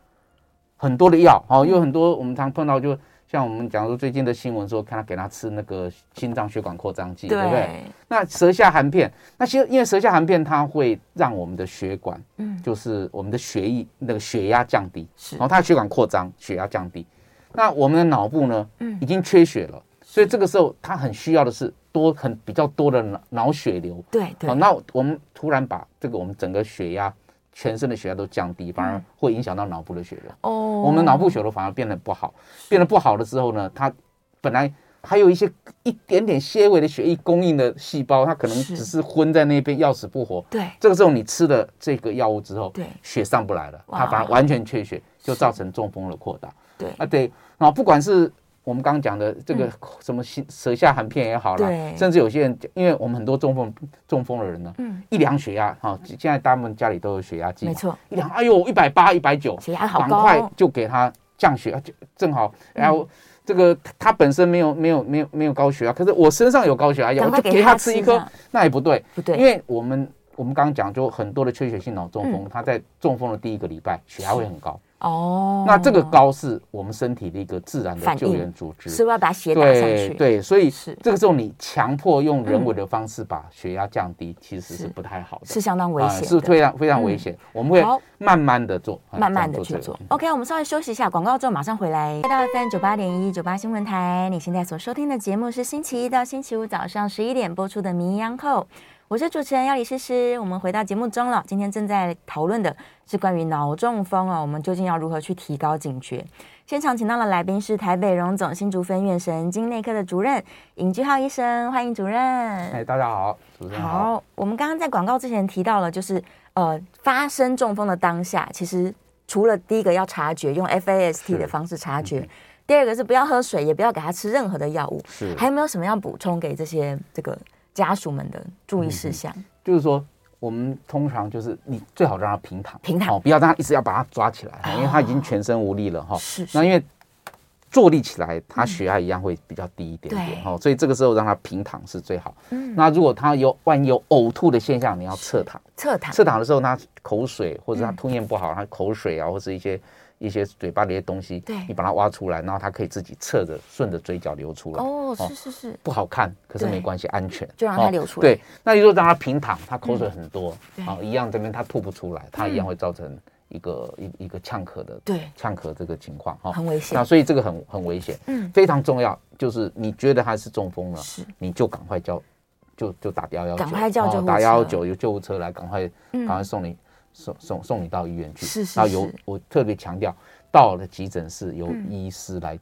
S4: 很多的药
S3: 嗯
S4: 哦，有很多我们常碰到就。像我们讲说最近的新闻说，看他给他吃那个心脏血管扩张剂，对不对？
S3: 对
S4: 那舌下含片，那其实因为舌下含片，它会让我们的血管，
S3: 嗯
S4: 就是我们的血液那个血压降低，
S3: 是
S4: 然后它的血管扩张，血压降低。那我们的脑部呢，
S3: 嗯
S4: 已经缺血了，所以这个时候它很需要的是多很比较多的脑脑血流。
S3: 对对
S4: 好，那我们突然把这个我们整个血压，全身的血压都降低，
S3: 嗯
S4: 反而会影响到脑部的血流。
S3: 哦，
S4: 我们的脑部血流反而变得不好，变得不好的时候呢，它本来还有一些一点点些微的血液供应的细胞，它可能
S3: 是
S4: 只是昏在那边要死不活。
S3: 对
S4: 这个时候你吃了这个药物之后，
S3: 对
S4: 血上不来了，
S3: 哇
S4: 它反而完全缺血，就造成中风的扩大。
S3: 对
S4: 啊，对，然后不管是我们刚刚讲的这个什么心舌下含片也好
S3: 嗯对
S4: 啦，甚至有些人，因为我们很多中风中风的人呢，
S3: 嗯
S4: 一量血压哈，现在他们家里都有血压计，
S3: 没错，
S4: 一量哎呦一百八一百九，
S3: 血压好
S4: 赶
S3: 高嗯
S4: 快
S3: 哦，
S4: 就给他降血啊压，就正好，然后这个他本身没有没有没有没有高血压，可是我身上有高血压药，
S3: 赶
S4: 我
S3: 快
S4: 就
S3: 给
S4: 给
S3: 他
S4: 他
S3: 吃
S4: 吃一颗
S3: 呢，
S4: 那也不对，
S3: 不对，
S4: 因为我们我们刚刚讲，就很多的缺血性脑中风，他在中风的第一个礼拜血压会很高，
S3: 哦，
S4: 那这个高是我们身体的一个自然的
S3: 反
S4: 救
S3: 应
S4: 援组织，
S3: 是不是要把血打上
S4: 对
S3: 去？
S4: 对，所以
S3: 是嗯
S4: 这个时候你强迫用人为的方式把血压降低，其实
S3: 是
S4: 是不太好的，
S3: 是相当危
S4: 啊
S3: 险的，
S4: 是非常非常危
S3: 嗯
S4: 险。我们会
S3: 好
S4: 慢慢的做，啊
S3: 嗯慢慢
S4: 这
S3: 的
S4: 样
S3: 去
S4: 这个
S3: 做。OK，我们稍微休息一下，广告之后马上回来。来到 FM 九八点一九八新闻台，你现在所收听的节目是星期一到星期五早上十一点播出的《名医央叩》，我是主持人要李诗诗。我们回到节目中了，今天正在讨论的是关于脑中风哦，我们究竟要如何去提高警觉？现场请到的来宾是台北荣总新竹分院神经内科的主任尹居浩医生，欢迎主任。
S4: 哎，大家好，主持人好。
S3: 好，我们刚刚在广告之前提到了，就是呃，发生中风的当下，其实除了第一个要察觉，用 FAST
S4: 是嗯
S3: 的方式察觉，第二个是不要喝水，也不要给他吃任何的药物。
S4: 是
S3: 还有没有什么要补充给这些这个家属们的注意事
S4: 嗯
S3: 项？
S4: 就是说，我们通常就是你最好让他平躺，
S3: 平躺
S4: 哦，不要让他一直要把他抓起来，
S3: 哦
S4: 因为他已经全身无力了哈。
S3: 是
S4: 那因为坐立起来，他血压一样会比较低一点点
S3: 对
S4: 哈，所以这个时候让他平躺是最好。
S3: 嗯
S4: 那如果他有万一有呕吐的现象，你要侧躺。
S3: 侧躺
S4: 侧躺的时候，他口水或者他
S3: 啊嗯
S4: 吞咽不好，他口水啊，或是一些一些嘴巴里的东西
S3: 对，
S4: 你把它挖出来，然后他可以自己侧着顺着嘴角流出来。
S3: 哦，是是是，
S4: 不好看，可是
S3: 对
S4: 没关系，安全，哦
S3: 就让它流出来
S4: 对，那你就让它平躺，它口水很多，
S3: 对嗯
S4: 啊，一样这边它吐不出来，它一样会造成一个、一一个呛咳的，
S3: 对
S4: 呛咳这个情况哈
S3: 很危险
S4: 那所以这个很很危险，
S3: 嗯
S4: 非常重要，就是你觉得它是中风了，
S3: 是
S4: 你就赶快叫，就就打幺幺九，哦
S3: 赶快叫救护
S4: 打
S3: 车嗯
S4: 幺幺九，有救护车来，赶快赶快送你。送送送你到医院去。
S3: 是是
S4: 然后由
S3: 是
S4: 我特别强调，到了急诊室由医师来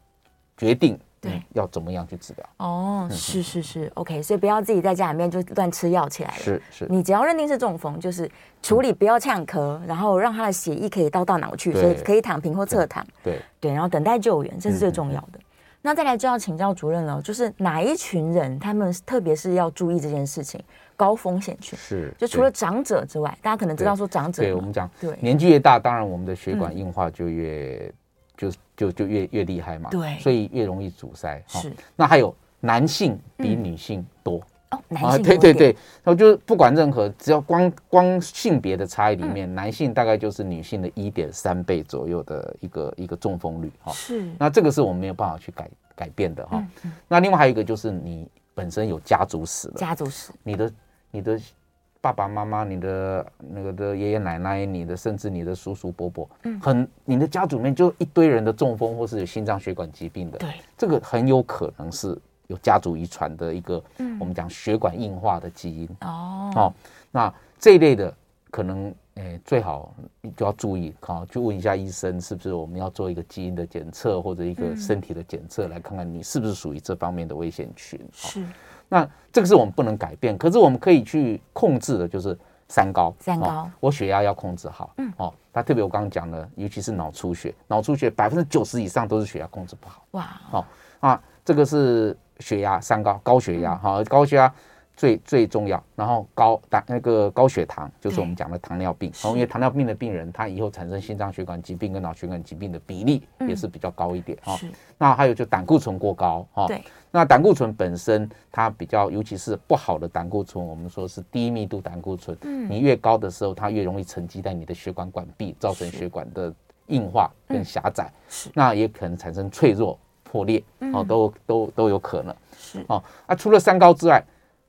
S4: 决定
S3: 对
S4: 你要怎么样去治疗。嗯
S3: 哦，是是是，OK，所以不要自己在家里面就乱吃药起来了。
S4: 是是，
S3: 你只要认定是中风，就是处理不要呛咳，然后让他的血液可以到大脑去，
S4: 对
S3: 所以可以躺平或侧躺，
S4: 对。嗯
S3: 对，然后等待救援，这是最重要的。那再来就要请教主任了，就是哪一群人他们特别是要注意这件事情？高风险群，
S4: 是，
S3: 就除了长者之外，大家可能知道说长者
S4: 对对我
S3: 嘛
S4: 们讲
S3: 对
S4: 年纪越大，当然我们的血管
S3: 嗯
S4: 硬化就越、就就就越越厉害嘛，
S3: 对
S4: 所以越容易阻塞。哈
S3: 是
S4: 那还有男性比女性多、
S3: 哦，男性
S4: 啊对
S3: 多一
S4: 对
S3: 点
S4: 对，然后就是不管任何，只要光光性别的差异
S3: 嗯
S4: 里面，男性大概就是女性的一点三倍左右的一个一个中风率哈。
S3: 是嗯
S4: 那这个是我们没有办法去改改变的哈。那另外还有一个就是你本身有家族史了，
S3: 家族史，
S4: 你的你的爸爸妈妈、你的那个的爷爷奶奶、你的甚至你的叔叔伯伯，嗯，很你的家族里面就一堆人的中风或是有心脏血管疾病的，
S3: 对，
S4: 这个很有可能是有家族遗传的一个，我们讲血管硬化的基因
S3: 哦，
S4: 哦。那这一类的可能，诶，最好就要注意，好、去问一下医生，是不是我们要做一个基因的检测或者一个身体的检测，来看看你是不是属于这方面的危险群。哦
S3: 是
S4: 那这个是我们不能改变，可是我们可以去控制的，就是三高。
S3: 三高
S4: 哦我血压要控制好。嗯，哦，那特别我刚刚讲的，尤其是脑出血，脑出血百分之九十以上都是血压控制不好。
S3: 哇，
S4: 好、啊，这个是血压三高，高血
S3: 嗯
S4: 压哈、高血压最最重要，然后高胆那个高血糖就是我们讲的糖尿病，哦
S3: 是
S4: 然后因为糖尿病的病人，他以后产生心脏血管疾病跟脑血管疾病的比例
S3: 嗯
S4: 也是比较高一点哦哈、
S3: 是
S4: 那还有就胆固醇过高哈、
S3: 对，
S4: 那胆固醇本身它比较，尤其是不好的胆固醇，我们说是低密度胆固醇，
S3: 嗯
S4: 你越高的时候，它越容易沉积在你的血管管壁，造成血管的硬化
S3: 嗯
S4: 跟狭窄，
S3: 是
S4: 那也可能产生脆弱、破裂，哦，
S3: 嗯
S4: 都都都有可能。
S3: 是
S4: 哦，啊，除了三高之外，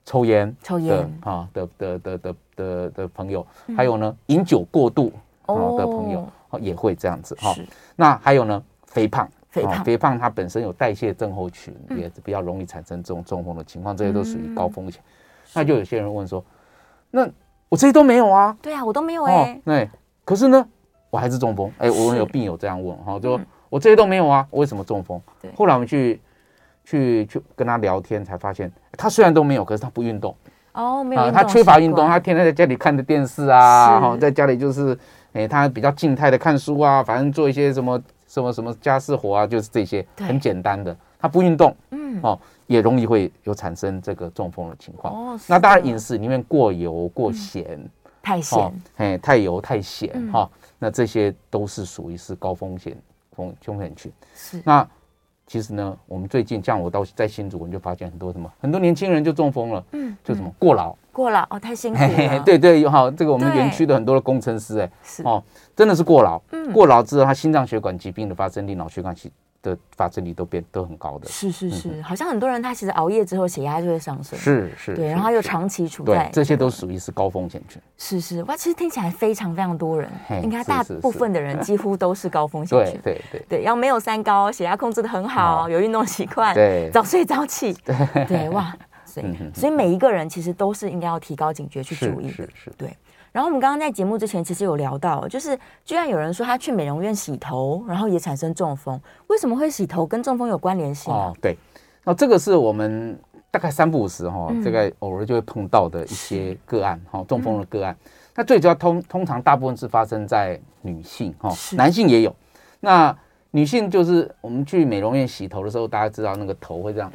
S4: 抽烟、
S3: 抽
S4: 的
S3: 烟嗯
S4: 啊的的的的的的朋友，还有呢，饮酒过度啊
S3: 哦
S4: 的朋友哦也会这样子哈
S3: 是。
S4: 那还有呢，肥胖。
S3: 肥胖嗯
S4: 啊肥胖它本身有代谢症候群，也比较容易产生这种中风的情况，这些都属于高风险。那就有些人问说，那我这些都没有啊，
S3: 对啊，我都没有哎，
S4: 对，可是呢，我还是中风。哎、我们有
S3: 是嗯
S4: 病友这样问哈，就说、我这些都没有啊，我为什么中风
S3: 对？
S4: 后来我们去去去跟他聊天，才发现他虽然都没有，可是他不运动
S3: 哦，没有
S4: 啊，
S3: 运
S4: 他
S3: 动
S4: 缺乏
S3: 习
S4: 运动，
S3: 惯
S4: 他天天在家里看着电视啊，
S3: 是
S4: 哈，在家里就是哎、他比较静态的看书啊，反正做一些什么什么什么家事活啊，就是这些
S3: 对
S4: 很简单的。他不运动
S3: 嗯，
S4: 哦，也容易会有产生这个中风的情况。
S3: 哦是
S4: 那当然，
S3: 的
S4: 饮食里面过油、过咸，
S3: 太
S4: 哦
S3: 咸，，嗯
S4: 哎，太油太咸哈、那这些都是属于是高风险风风险群。
S3: 是
S4: 那其实呢，我们最近像我到在新竹，我们就发现很多什么，很多年轻人就中风了，
S3: 嗯，
S4: 就什么过劳，
S3: 过了哦，太辛苦
S4: 嘿嘿嘿
S3: 了，，
S4: *laughs* 对对，有好这个我们
S3: 对
S4: 园区的很多的工程师，哎，
S3: 是
S4: 哦，真的是过劳，
S3: 嗯
S4: 过劳之后，他心脏血管疾病的发生率、脑血管疾的发生率都变都很高的，
S3: 是是是，好像很多人他其实熬夜之后血压就会上升，
S4: 嗯是是，
S3: 对，
S4: 是
S3: 然后他又
S4: 是
S3: 长期处
S4: 对
S3: 在，
S4: 这些都属于是高风险群，
S3: 是是哇，其实听起来非常非常多人
S4: 嘿，
S3: 应该
S4: 是
S3: 大
S4: 是
S3: 部
S4: 是
S3: 分的人几乎都是高风险
S4: 对
S3: 群。
S4: 对对。
S3: 对，要没有三高，血压控制的很好，
S4: 哦
S3: 有运动习惯，
S4: 对嗯
S3: 早睡早起，对哇，所以所以每一个人其实都是应该要提高警觉去
S4: 是
S3: 注意的
S4: 是，是
S3: 对。然后我们刚刚在节目之前其实有聊到，就是居然有人说他去美容院洗头，然后也产生中风，为什么会洗头跟中风有关联性啊？
S4: 哦，对，那这个是我们大概三不五时哈、
S3: 嗯
S4: 大概偶尔就会碰到的一些个案哈、中风的个案。那最主要通通常大部分是发生在女性哈、
S3: 是
S4: 男性也有。那女性就是我们去美容院洗头的时候，大家知道那个头会这样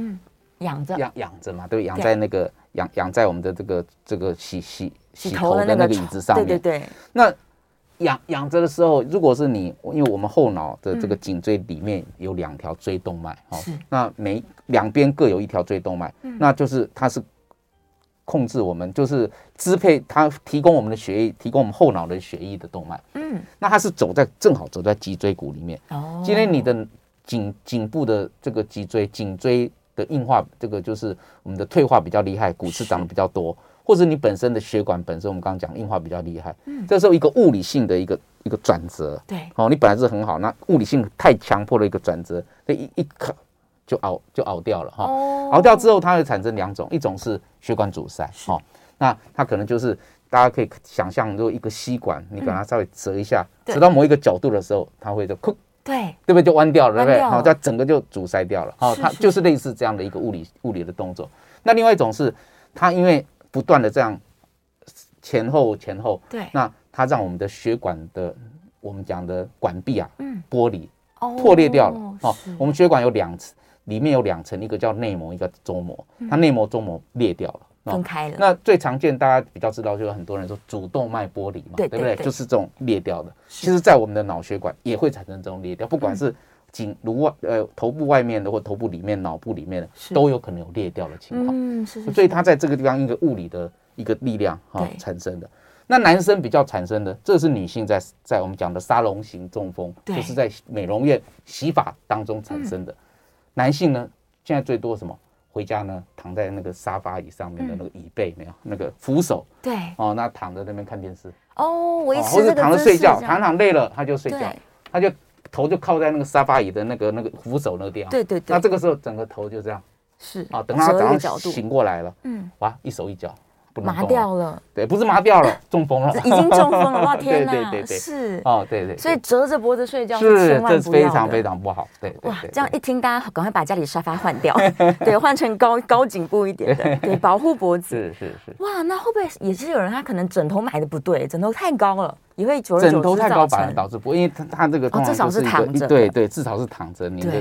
S3: 养着
S4: 仰仰着嘛，对不对，仰
S3: 嗯对
S4: 在那个仰仰在我们的这个这个洗洗
S3: 洗
S4: 洗
S3: 头
S4: 头
S3: 的
S4: 的
S3: 那
S4: 那
S3: 个
S4: 个椅子上面，
S3: 对对对，
S4: 那仰仰着的时候，如果是你，因为我们后脑的这个颈椎里面有两条椎动脉，哦
S3: 嗯是
S4: 那每两边各有一条椎动脉，
S3: 嗯
S4: 那就是它是控制我们，就是支配它提供我们的血液，提供我们后脑的血液的动脉。
S3: 嗯，
S4: 那它是走在正好走在脊椎骨里面。
S3: 哦，
S4: 今天你的颈颈部的这个脊椎颈椎的硬化，这个就是我们的退化比较厉害，骨刺长得比较多，或者你本身的血管本身，我们刚刚讲硬化比较厉害，
S3: 嗯
S4: 这时候一个物理性的一个一个转折，
S3: 对
S4: 哦，你本来是很好，那物理性太强迫的一个转折，这一一刻就熬就熬掉了哈。
S3: 哦
S4: 熬掉之后，它会产生两种，一种是血管阻塞，哦，那它可能就是大家可以想象，如果一个吸管，你把它稍微折一下，
S3: 嗯对
S4: 折到某一个角度的时候，它会就哭，
S3: 对，
S4: 对不对？就弯掉了，对不
S3: 弯
S4: 对？
S3: 掉了
S4: 好，它整个就阻塞掉了。好，
S3: 是
S4: 它
S3: 是
S4: 就是类似这样的一个物理物理的动作。那另外一种是，它因为不断的这样前后前后，
S3: 对
S4: 那它让我们的血管的我们讲的管壁啊，
S3: 嗯，
S4: 剥离
S3: 哦
S4: 破裂掉了。哦
S3: 是，
S4: 我们血管有两层，里面有两层，一个叫内膜，一个周膜。
S3: 嗯
S4: 它内膜周膜裂掉了。哦
S3: 分开了，
S4: 那最常见，大家比较知道，就是很多人说主动脉剥离嘛，
S3: 对
S4: 不
S3: 对
S4: 对？
S3: 对
S4: 就是这种裂掉的。
S3: 是
S4: 其实，哦在我们的脑血管也会产生这种裂掉，不管是颈颅外、呃头部外面的，或头部里面、脑部里面
S3: 是
S4: 的，都有可能有裂掉的情况。
S3: 嗯，是是，
S4: 所以
S3: 是
S4: 它在这个地方一个物理的一个力量哈、
S3: 对
S4: 产生的。那男生比较产生的，这是女性在在我们讲的沙龙型中风，
S3: 对嗯
S4: 就是在美容院洗发当中产生的。男性呢，现在最多什么？回家呢，躺在那个沙发椅上
S3: 嗯
S4: 面的那个椅背没有，那个扶手
S3: 对
S4: 哦，那躺在那边看电视，
S3: 哦，维
S4: 哦
S3: 持
S4: 或
S3: 这
S4: 者
S3: 个
S4: 躺着
S3: 姿
S4: 睡
S3: 势
S4: 觉，
S3: 这
S4: 躺
S3: 样
S4: 躺累了他就睡觉
S3: 对，
S4: 他就头就靠在那个沙发椅的那个那个扶手那个地方。
S3: 对对对
S4: 那这个时候整个头就这样
S3: 是
S4: 啊，等到他
S3: 折一
S4: 早
S3: 个角
S4: 上
S3: 度，
S4: 醒过来了，
S3: 嗯，
S4: 哇，一手一脚不能
S3: 麻
S4: 动啊
S3: 掉了，
S4: 对，不是麻
S3: *laughs*
S4: 掉了，中风了，
S3: 已经中风了，哇天
S4: 对
S3: 哪，
S4: 对对对，
S3: 是，
S4: *laughs* 哦，对对，
S3: 所以
S4: 对
S3: 折着脖子睡觉
S4: 是
S3: 千万
S4: 这
S3: 不
S4: 是
S3: 要
S4: 非常非
S3: 的。
S4: 常不好，对对
S3: 哇
S4: 对，
S3: 这样
S4: 对
S3: 一听，大家赶快把家里沙发换
S4: *laughs*
S3: 掉，对，换成高高颈部一点的，对，保护脖子。
S4: 是是是，
S3: 哇，那会不会也是有人他可能枕头买的不对，枕头太高了，也会久而久之
S4: 枕头太高
S3: 造
S4: 反
S3: 成
S4: 而导致不，因为它它这个通
S3: 哦至少
S4: 常就是一个
S3: 躺着的
S4: 对对，至少是躺着，你的
S3: 对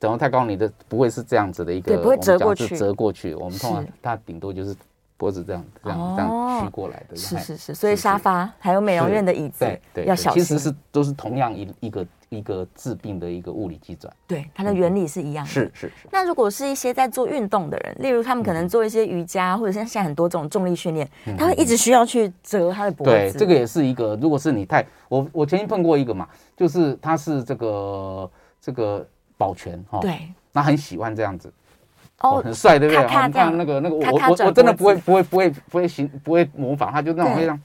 S4: 枕头太高，你的不会是这样子的一个，
S3: 对不会
S4: 我们
S3: 折
S4: 讲
S3: 过
S4: 是
S3: 去
S4: 折过去，我们通常
S3: 是
S4: 它顶多就是脖子这样这样这
S3: 哦
S4: 样曲过来的，
S3: 是
S4: 哎
S3: 是是，所以沙发还有美容院的椅子
S4: 对对，
S3: 要
S4: 对
S3: 小
S4: 其
S3: 心。
S4: 实是都是同样一一个一个治病的一个物理机转，
S3: 对它的原理是一样的。
S4: 是嗯是是，
S3: 那如果是一些在做运动的人，例如他们可能做一些瑜伽，或者像现在很多这种重力训练，他会一直需要去折他的脖子。
S4: 嗯对，这个也是一个。如果是你太我我曾经碰过一个嘛，就是他是这个这个保全哈，，
S3: 对
S4: 那很喜欢这样子，哦，
S3: 哦，
S4: 很帅，对不对？
S3: 咔咔
S4: 哦你
S3: 这样
S4: 看那个那个，
S3: 咔
S4: 我
S3: 咔
S4: 我
S3: 转
S4: 我真的不
S3: 脖
S4: 会
S3: 子
S4: 不会不会不会形不会模仿，他就那种
S3: 对
S4: 会这样，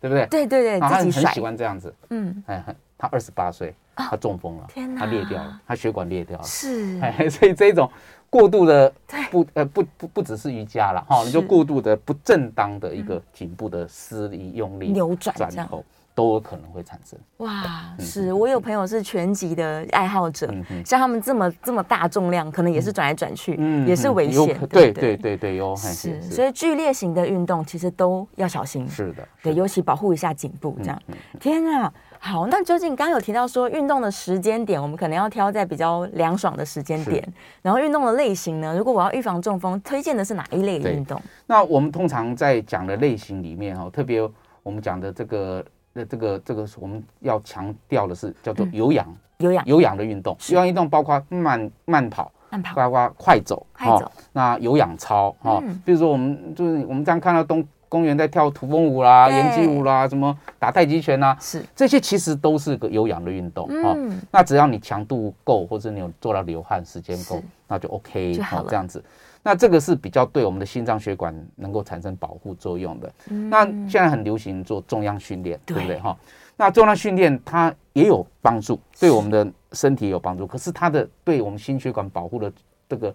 S4: 对不对？
S3: 对对对，
S4: 然
S3: 自
S4: 后他
S3: 己
S4: 很
S3: 甩
S4: 喜，欢这样子，
S3: 嗯，
S4: 哎，很他二十八岁，他中风了，
S3: 天
S4: 他裂
S3: 哪
S4: 掉了，他血管裂掉了，
S3: 是，
S4: *laughs* 哎，所以这种过度的
S3: 对
S4: 不呃不不不只是瑜伽了哈，
S3: 是嗯
S4: 你就过度的不正当的一个颈部的施力用力
S3: 扭转这样
S4: 转头都有可能会产生。
S3: 哇，是我有朋友是拳击的爱好者
S4: 嗯，嗯
S3: 像他们这么这么大重量，可能也是转来转去，也是危
S4: 嗯有
S3: 险
S4: 可
S3: 的。
S4: 对
S3: 不
S4: 对对对，有嘿
S3: 是，所
S4: 是
S3: 以剧烈型的运动其实都要小心。
S4: 是的，
S3: 对，
S4: 是嗯的
S3: 尤其保护一下颈部，这样。天啊，好，那究竟刚刚有提到说运动的时间点，我们可能要挑在比较凉爽的时间点，然后运动的类型呢？如果我要预防中风，推荐的是哪一类的
S4: 对
S3: 运动？
S4: 那我们通常在讲的类型里面哈，特别我们讲的这个。那这个这个是我们要强调的是叫做有氧、
S3: 有氧、
S4: 有氧的运动，
S3: 嗯啊是
S4: 有氧运动包括慢慢跑，
S3: 慢跑、
S4: 包括快走，
S3: 快
S4: 哦
S3: 走，
S4: 那有氧操哦
S3: 嗯，
S4: 比如说我们就是我们这样看到东公园在跳土风舞啦、
S3: 对
S4: 延吉舞啦，什么打太极拳啦，
S3: 是，
S4: 这些其实都是个有氧的运动哦。
S3: 嗯，
S4: 那只要你强度够，或者你有做到流汗时间够
S3: 是，
S4: 那就 OK
S3: 就好了
S4: 这样子。那这个是比较对我们的心脏血管能够产生保护作用的。那现在很流行做重量训练，
S3: 嗯对
S4: 对不对哈？那重量训练它也有帮助，对我们的身体有帮助，可是它的对我们心血管保护的这个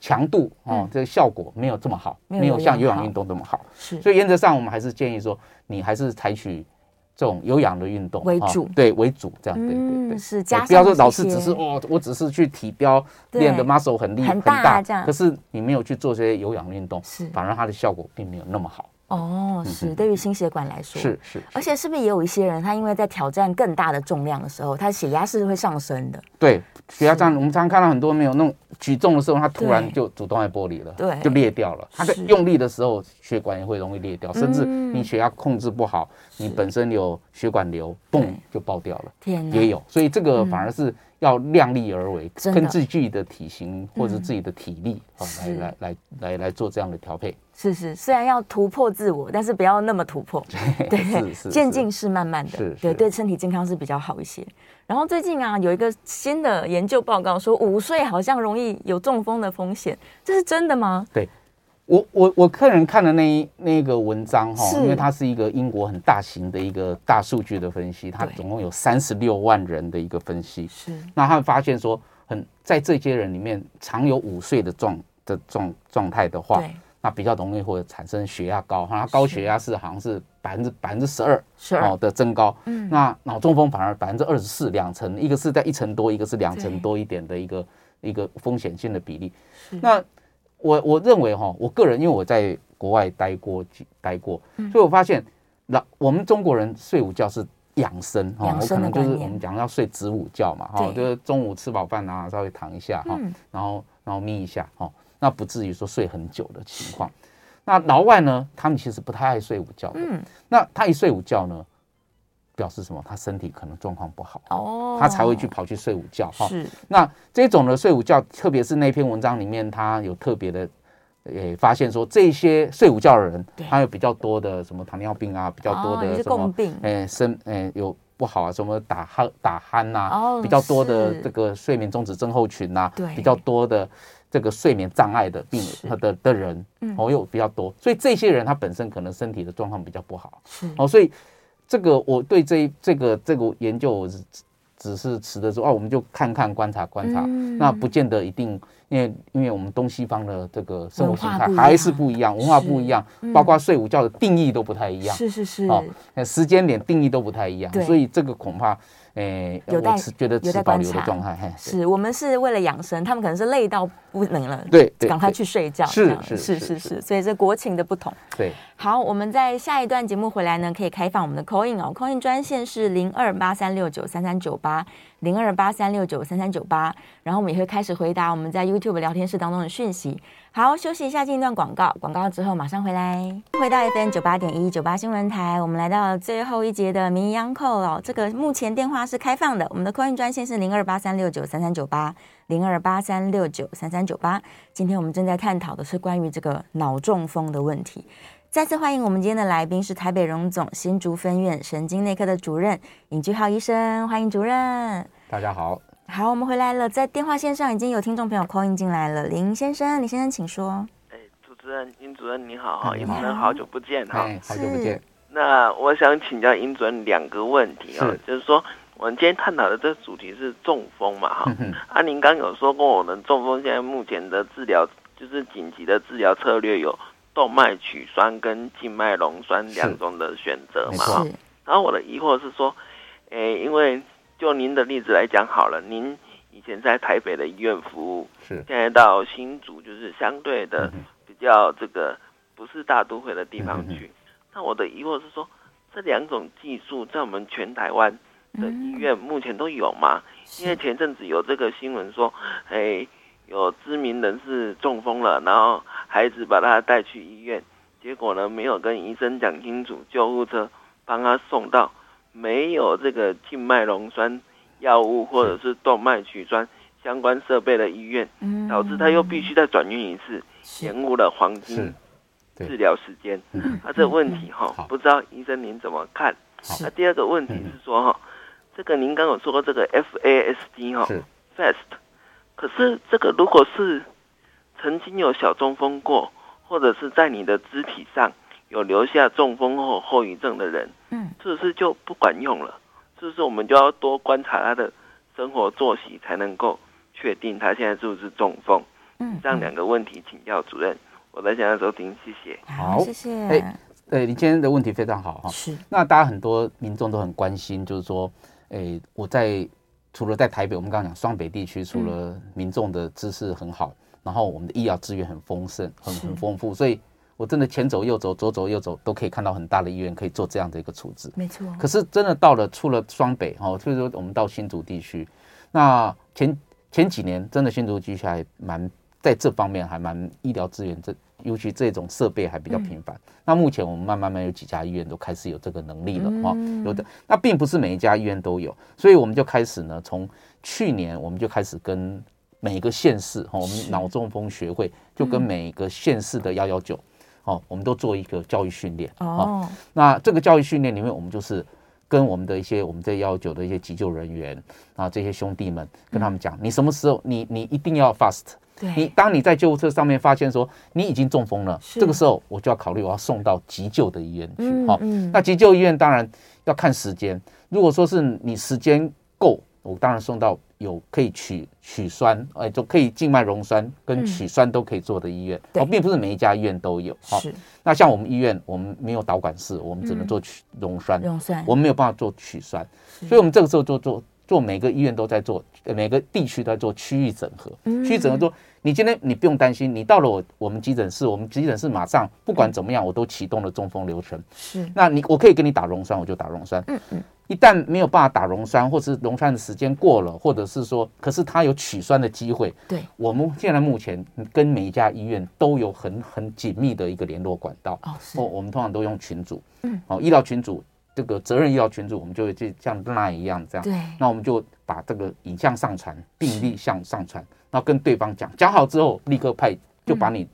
S4: 强度哦
S3: 嗯，
S4: 这个效果没有这么好，
S3: 没有
S4: 没有像
S3: 有
S4: 有
S3: 氧
S4: 氧
S3: 好
S4: 运动这么好。
S3: 是，
S4: 所以原则上，我们还是建议说，你还是采取这种有氧的运动
S3: 为
S4: 哈
S3: 主
S4: 对为主这样，啊对对
S3: 嗯，
S4: 对。
S3: 是
S4: 对
S3: 加上
S4: 不要说
S3: 这
S4: 老是只
S3: 些
S4: 是哦，我只是去体标练的
S3: 对
S4: muscle 很厉
S3: 很
S4: 很
S3: 大
S4: 大
S3: 这样
S4: 可是你没有去做这些有氧运动，
S3: 是
S4: 反而它的效果并没有那么好。
S3: 哦，是对于心血管来说
S4: 嗯是。是，
S3: 而且是不是也有一些人，他因为在挑战更大的重量的时候，他血压是会上升的。
S4: 对，血压这样，我们常常看到很多没有那种举重的时候，它突然
S3: 对
S4: 就主动脉剥离了，
S3: 对
S4: 就裂掉了。它在
S3: 是
S4: 用力的时候，血管也会容易裂掉，甚至
S3: 嗯
S4: 你血压控制不好，你本身有血管瘤，嘣
S3: 对
S4: 就爆掉了。
S3: 天哪，
S4: 也有，所以这个反而是要量力而为，
S3: 嗯真的嗯
S4: 跟自己的体型或者自己的体力啊、
S3: 是
S4: 来来来来来做这样的调配。 *laughs*
S3: 是是，虽然要突破自我，但是不要那么突
S4: *laughs*
S3: 破，对， *laughs*
S4: 是是
S3: 渐进式慢慢的，
S4: 是
S3: 对
S4: 是
S3: 对，身体健康是比较好一些。然后最近啊，有一个新的研究报告说，午睡好像容易有中风的风险，这是真的吗？
S4: 我我我个人看的那一那个文章哈
S3: 是，
S4: 因为它是一个英国很大型的一个大数据的分析，它
S3: 对
S4: 总共有三十六万人的一个分析，
S3: 是
S4: 那他们发现说，很在这些人里面常有午睡的状的状状态的话，
S3: 对，
S4: 那比较容易会产生血压高，哈，高血压是好像是百分之百分之十二
S3: 十二
S4: 哦的增高，
S3: 嗯
S4: 那脑中风反而百分之二十四，两成，一个是在一成多，一个是两
S3: 对
S4: 成多一点的一个一个风险性的比例
S3: 是。
S4: 那我我认为哈，我个人因为我在国外待过几待过，
S3: 嗯
S4: 所以我发现老我们中国人睡午觉是养生哈，
S3: 养
S4: 我
S3: 生的
S4: 可能就是
S3: 观念
S4: 我们讲要睡子午觉嘛哈，
S3: 对
S4: 就是中午吃饱饭啊，稍微躺一下哈，
S3: 嗯
S4: 然后然后眯一下哈，那不至于说睡很久的情况。那老外呢，他们其实不太爱睡午觉的，
S3: 嗯
S4: 那他一睡午觉呢，表示什么？他身体可能状况不好，
S3: 哦，
S4: 他才会去跑去睡午觉哈。
S3: 是
S4: 那这种的睡午觉，特别是那篇文章里面，他有特别的。也发现说，这些睡午觉的人
S3: 对，
S4: 他有比较多的什么糖尿病啊，比较多
S3: 哦也
S4: 的
S3: 是
S4: 什么
S3: 共病
S4: 哎，身哎有不好啊，什么打鼾打鼾啊呐、
S3: 哦
S4: 比较多的
S3: 是
S4: 这个睡眠中止症候群呐、啊
S3: 对
S4: 比较多的这个睡眠障碍的病呃
S3: 是
S4: 的的的人
S3: 嗯，
S4: 哦，又比较多，所以这些人他本身可能身体的状况比较不好，
S3: 是
S4: 哦，所以这个我对这一这个这个研究我只只是持的说，哦，我们就看看观察观察，
S3: 嗯
S4: 那不见得一定，因为因为我们东西方的这个生活
S3: 文
S4: 形
S3: 化
S4: 态
S3: 不一
S4: 还是
S3: 样
S4: 不一样，文化不
S3: 是
S4: 一样，
S3: 嗯
S4: 包括睡午觉的定义都不太一样，
S3: 是是是，
S4: 哦呃时间点定义都不太一样
S3: 嗯对，
S4: 所以这个恐怕，诶、
S3: 有待
S4: 我持觉得
S3: 有待
S4: 持保
S3: 观
S4: 留的
S3: 察
S4: 状态，嘿，对
S3: 是我们是为了养生，他们可能是累到不能了，
S4: 对对
S3: 赶快
S4: 对
S3: 去睡觉，
S4: 是
S3: 这样
S4: 是
S3: 是
S4: 是
S3: 是
S4: 是
S3: 是，所以这国情的不同。
S4: 对。
S3: 好，我们在下一段节目回来呢，可以开放我们的 call in 哦，call in 专线是零二八三六九三三九八零二八三六九三三九八，然后我们也会开始回答我们在 YouTube 聊天室当中的讯息。好，休息一下，进一段广告，广告之后马上回来。回到 FM 九八点一九八新闻台，我们来到最后一节的民央扣哦，这个目前电话是开放的，我们的 call in 专线是零二八三六九三三九八零二八三六九三三九八。今天我们正在探讨的是关于这个脑中风的问题。再次欢迎我们今天的来宾是台北荣总新竹分院神经内科的主任尹居浩医生，欢迎主任。
S4: 大家好，
S3: 好，我们回来了，在电话线上已经有听众朋友 call in 进来了，林先生，林先生请说。
S5: 哎，主持人殷主任你好哈，
S4: 嗯
S5: 殷
S4: 你好
S5: 主任好久不见哈。
S4: 哎，好久不见，
S5: 那我想请教殷主任两个问题啊
S4: 是，
S5: 就是说我们今天探讨的这个主题是中风嘛哈
S4: 嗯。哼，
S5: 啊，您刚有说过，我们中风现在目前的治疗就是紧急的治疗策略有动脉曲栓跟静脉溶栓
S4: 是
S5: 两种的选择
S4: 没
S5: 嘛
S4: 错
S5: 哈
S3: 是。
S5: 然后我的疑惑是说，诶，因为就您的例子来讲好了，您以前在台北的医院服务，
S4: 是
S5: 现在到新竹就是相对的
S4: 嗯
S5: 比较这个不是大都会的地方
S4: 嗯哼
S5: 去。那我的疑惑是说，这两种技术在我们全台湾的
S4: 嗯
S5: 医院目前都有吗？因为前阵子有这个新闻说，哎，有知名人士中风了，然后孩子把他带去医院，结果呢没有跟医生讲清楚，救护车帮他送到没有这个静脉溶栓药物或者是动脉曲栓相关设备的医院，
S3: 嗯
S5: 导致他又必须再转运一次，
S3: 是
S5: 延误了黄
S4: 嗯是
S5: 金。
S4: 对
S5: 治疗时间。
S4: 嗯
S5: 啊，这个问题哈、
S4: 好嗯
S5: 不知道医生您怎么看？
S3: 是
S5: 那第二个问题是说哈、这个您刚有说过这个 FASD 哈、
S4: 是
S5: FAST，可是这个如果是曾经有小中风过，或者是在你的肢体上有留下中风后后遗症的人，
S3: 嗯，
S5: 是不是就不管用了？是不是我们就要多观察他的生活作息，才能够确定他现在是不是中风？
S3: 嗯
S5: 以上两个问题请教主任。我在线上收听，谢谢。
S3: 好，
S4: 好
S3: 谢谢。
S4: 哎对，你今天的问题非常好哈。
S3: 是
S4: 那大家很多民众都很关心，就是说，诶，我在除了在台北，我们刚刚讲双北地区，除
S3: 嗯
S4: 了民众的知识很好，然后我们的医疗资源很丰盛，很
S3: 是
S4: 很丰富，所以我真的前走右走，左走右走，都可以看到很大的医院可以做这样的一个处置。
S3: 没错，
S4: 可是真的到了除了双北哈、哦，就是说我们到新竹地区，那前前几年真的新竹地区还蛮在这方面还蛮医疗资源这。尤其这种设备还比较频繁，
S3: 嗯
S4: 那目前我们慢慢慢有几家医院都开始有这个能力了哈、哦
S3: 嗯
S4: 有的那并不是每一家医院都有，所以我们就开始呢，从去年我们就开始跟每个县市哈、哦我
S3: 是
S4: 们脑中风学会就
S3: 嗯
S4: 跟每个县市的幺幺九哦，我们都做一个教育训练哦
S3: 哦，
S4: 那这个教育训练里面，我们就是跟我们的一些我们这幺九的一些急救人员啊，这些兄弟们，跟他们讲，你什么时候你你一定要 fast。你
S3: 对，
S4: 当你在救护车上面发现说你已经中风了，
S3: 是
S4: 这个时候我就要考虑我要送到急救的医院去。
S3: 嗯
S4: 好、
S3: 嗯
S4: 那急救医院当然要看时间，如果说是你时间够，我当然送到有可以取取栓，哎，就可以静脉溶栓跟取栓都可以做的医院。
S3: 嗯对
S4: 哦，并不是每一家医院都有。好，
S3: 是
S4: 那像我们医院，我们没有导管室，我们只能
S3: 嗯
S4: 做取溶栓，
S3: 溶栓，
S4: 我们没有办法做取栓，所以我们这个时候做做做，每个医院都在做，呃每个地区都在做区域整合。
S3: 嗯
S4: 区域整合做，你今天你不用担心，你到了我我们急诊室，我们急诊室马上不管怎么样，我都启动了中风流程。
S3: 是
S4: 那你我可以给你打溶栓，我就打溶栓。
S3: 嗯嗯
S4: 一旦没有办法打溶栓，或是溶栓的时间过了，或者是说，可是它有取栓的机会，
S3: 对
S4: 我们现在目前跟每一家医院都有很很紧密的一个联络管道。
S3: 哦是
S4: 哦，我们通常都用群组，
S3: 嗯，
S4: 哦，医疗群组这个责任医疗群组，我们就会去像 Line 一样这样，
S3: 对
S4: 那我们就把这个影像上传，病例像上传，然后跟对方讲，讲好之后立刻派就把你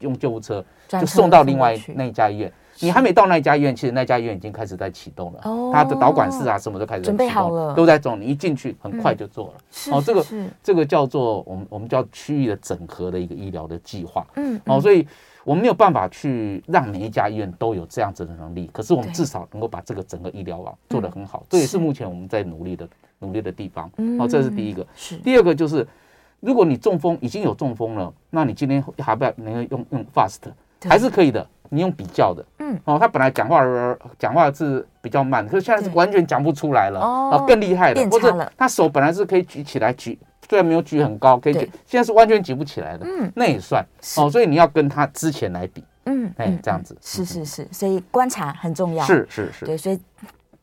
S4: 用救护车
S3: 转嗯
S4: 就
S3: 车
S4: 送到
S3: 送
S4: 另
S3: 过
S4: 外
S3: 去
S4: 那一家医院。你还没到那一家医院，其实那家医院已经开始在启动了，
S3: 哦
S4: 它的导管室啊什么都开始在
S3: 准备
S4: 启动
S3: 好了嗯
S4: 都在做。你一进去，很快就做了。
S3: 是
S4: 哦这个
S3: 是
S4: 这个叫做我们我们叫区域的整合的一个医疗的计划。
S3: 嗯
S4: 哦，
S3: 嗯
S4: 所以我们没有办法去让每一家医院都有这样子的能力，可是我们
S3: 对嗯
S4: 至少能够把这个整个医疗网做得很好，这也是目前我们在努力的努力的地方。哦，这是第一个。
S3: 嗯是
S4: 第二个就是，如果你中风已经有中风了，那你今天还不要能够用用 fast，
S3: 对
S4: 还是可以的。你用比较的，
S3: 嗯，
S4: 哦，他本来讲话讲话是比较慢，可是现在是
S3: 对
S4: 完全讲不出来了，
S3: 哦
S4: 更厉害了，
S3: 变
S4: 或
S3: 差
S4: 者
S3: 了
S4: 他手本来是可以举起来举，虽然没有举很高，可以举
S3: 对，
S4: 现在是完全举不起来的，
S3: 嗯
S4: 那也算
S3: 是
S4: 哦，所以你要跟他之前来比，
S3: 嗯
S4: 哎
S3: 嗯
S4: 这样
S3: 嗯
S4: 子
S3: 是
S4: 嗯
S3: 是是，所以观察很重要，
S4: 是是是，
S3: 对，所以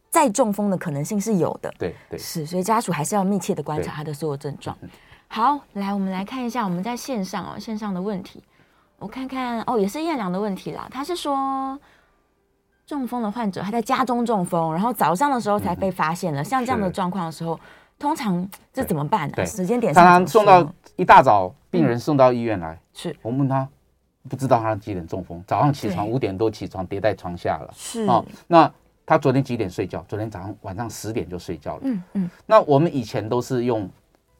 S3: 再中风的可能性是有的，
S4: 对对，
S3: 是，所以家属还是要密切的观察
S4: 对嗯
S3: 他的所有症状。好，来我们来看一下我们在线上哦，线上的问题，我看看哦，也是燕良的问题啦。他是说，中风的患者他在家中中风，然后早上的时候才被发现了，像这样的
S4: 嗯是
S3: 状况的时候，通常这怎么办呢、啊
S4: 对
S3: 时间点上怎
S4: 常常
S3: 么
S4: 送
S3: 说
S4: 到一大早，病
S3: 嗯
S4: 人送到医院来，
S3: 是
S4: 我问他不知道他几点中风，早上起床
S3: 对嗯
S4: 五点多起床跌在床下了。
S3: 是
S4: 哦，那他昨天几点睡觉？昨天早上晚上十点就睡觉了。
S3: 嗯嗯
S4: 那我们以前都是用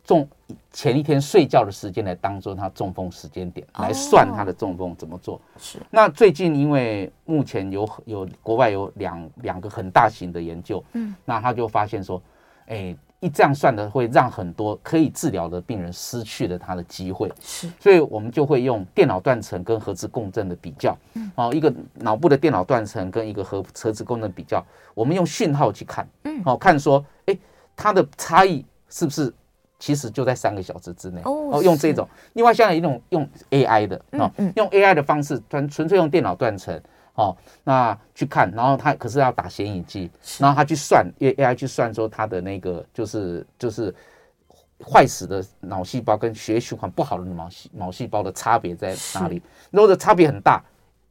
S4: 中前一天睡觉的时间来当做他中风时间点
S3: 哦
S4: 来算他的中风怎么做。
S3: 是
S4: 那最近因为目前有有国外有两两个很大型的研究，
S3: 嗯，
S4: 那他就发现说，哎，一这样算的会让很多可以治疗的病人失去了他的机会。
S3: 是
S4: 所以我们就会用电脑断层跟核磁共振的比较，
S3: 嗯
S4: 哦，一个脑部的电脑断层跟一个核核磁共振比较，我们用讯号去看，
S3: 嗯
S4: 哦，看说，哎，它的差异是不是其实就在三个小时之内？
S3: 哦
S4: 用这
S3: 是
S4: 种，另外现在有一种用 AI 的，哦，
S3: 嗯嗯
S4: 用 AI 的方式，纯纯粹用电脑断层。哦，那去看，然后他可是要打显影剂，
S3: 是
S4: 然后他去算用 AI 去算说他的那个就是就是坏死的脑细胞跟血液循环不好的脑细脑细胞的差别在哪里？如果的差别很大，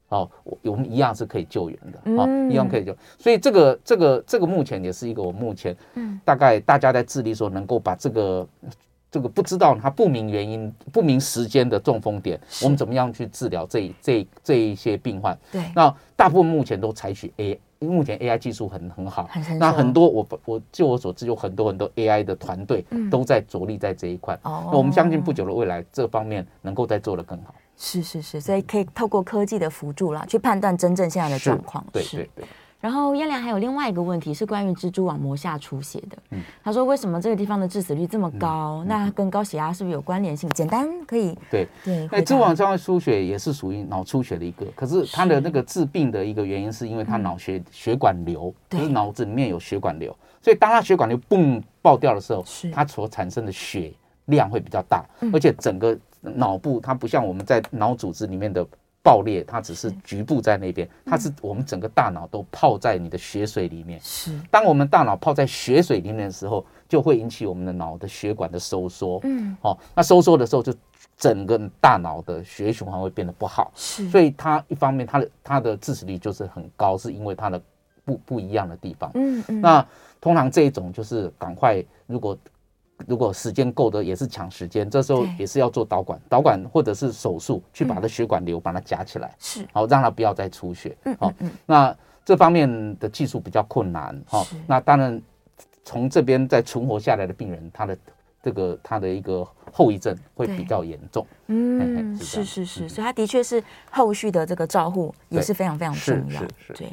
S4: 哦，我我们一样是可以救援的，哦，
S3: 嗯
S4: 一样可以救。所以这个这个这个目前也是一个我目前
S3: 嗯
S4: 大概大家在致力说能够把这个。这个不知道它不明原因、不明时间的中风点，我们怎么样去治疗这一这一这一些病患？
S3: 对
S4: 那大部分目前都采取 A，目前 AI 技术很很好，
S3: 很成熟
S4: 那很多我我就我所知，有很多很多 AI 的团队都在着力在这一块。
S3: 嗯哦
S4: 那我们相信不久的未来，这方面能够再做得更好。
S3: 是是
S4: 嗯
S3: 是，所以可以透过科技的辅助啦，去判断真正现在的
S4: 是
S3: 状况。
S4: 对
S3: 是
S4: 对对，
S3: 然后燕良还有另外一个问题是关于蜘蛛网膜下出血的。
S4: 嗯
S3: 他说为什么这个地方的致死率这么高？那跟高血压是不是有关联性？简单可以
S4: 对
S3: 对，
S4: 那
S3: 回
S4: 支
S3: 答
S4: 哎网上出血也是属于脑出血的一个，可是它的那个治病的一个原因是因为它脑血血管瘤，
S3: 对
S4: 就是脑子里面有血管瘤，所以当它血管瘤嘣爆掉的时候
S3: 是，
S4: 它所产生的血量会比较大，而且整个脑部它不像我们在脑组织里面的。爆裂，它只是局部在那边，它是我们整个大脑都泡在你的血水里面，
S3: 是
S4: 当我们大脑泡在血水里面的时候，就会引起我们的脑的血管的收缩。
S3: 嗯，
S4: 哦，那收缩的时候，就整个大脑的血液循环会变得不好。
S3: 是，
S4: 所
S3: 以
S4: 以它一方面，它的它的致死率就是很高，是因为它的不不一样的地方。
S3: 嗯嗯，
S4: 那通常这一种就是赶快，如果如果时间够的，也是抢时间，这时候
S3: 对嗯
S4: 也是要做导管，导管或者是手术去把它血管瘤把它夹起来。
S3: 是
S4: 好、让它不要再出血。
S3: 嗯
S4: 好、
S3: 嗯嗯
S4: 那这方面的技术比较困难。好、
S3: 是
S4: 那当然从这边再存活下来的病人，他的这个他的一个后遗症会
S3: 对
S4: 比较严重。
S3: 嗯，
S4: 哎嘿嘿是这
S3: 是是
S4: 样
S3: 是，所以它的确是后续的这个照护也
S4: 对
S3: 是非常非常
S4: 是
S3: 重要
S4: 是。是
S3: 对，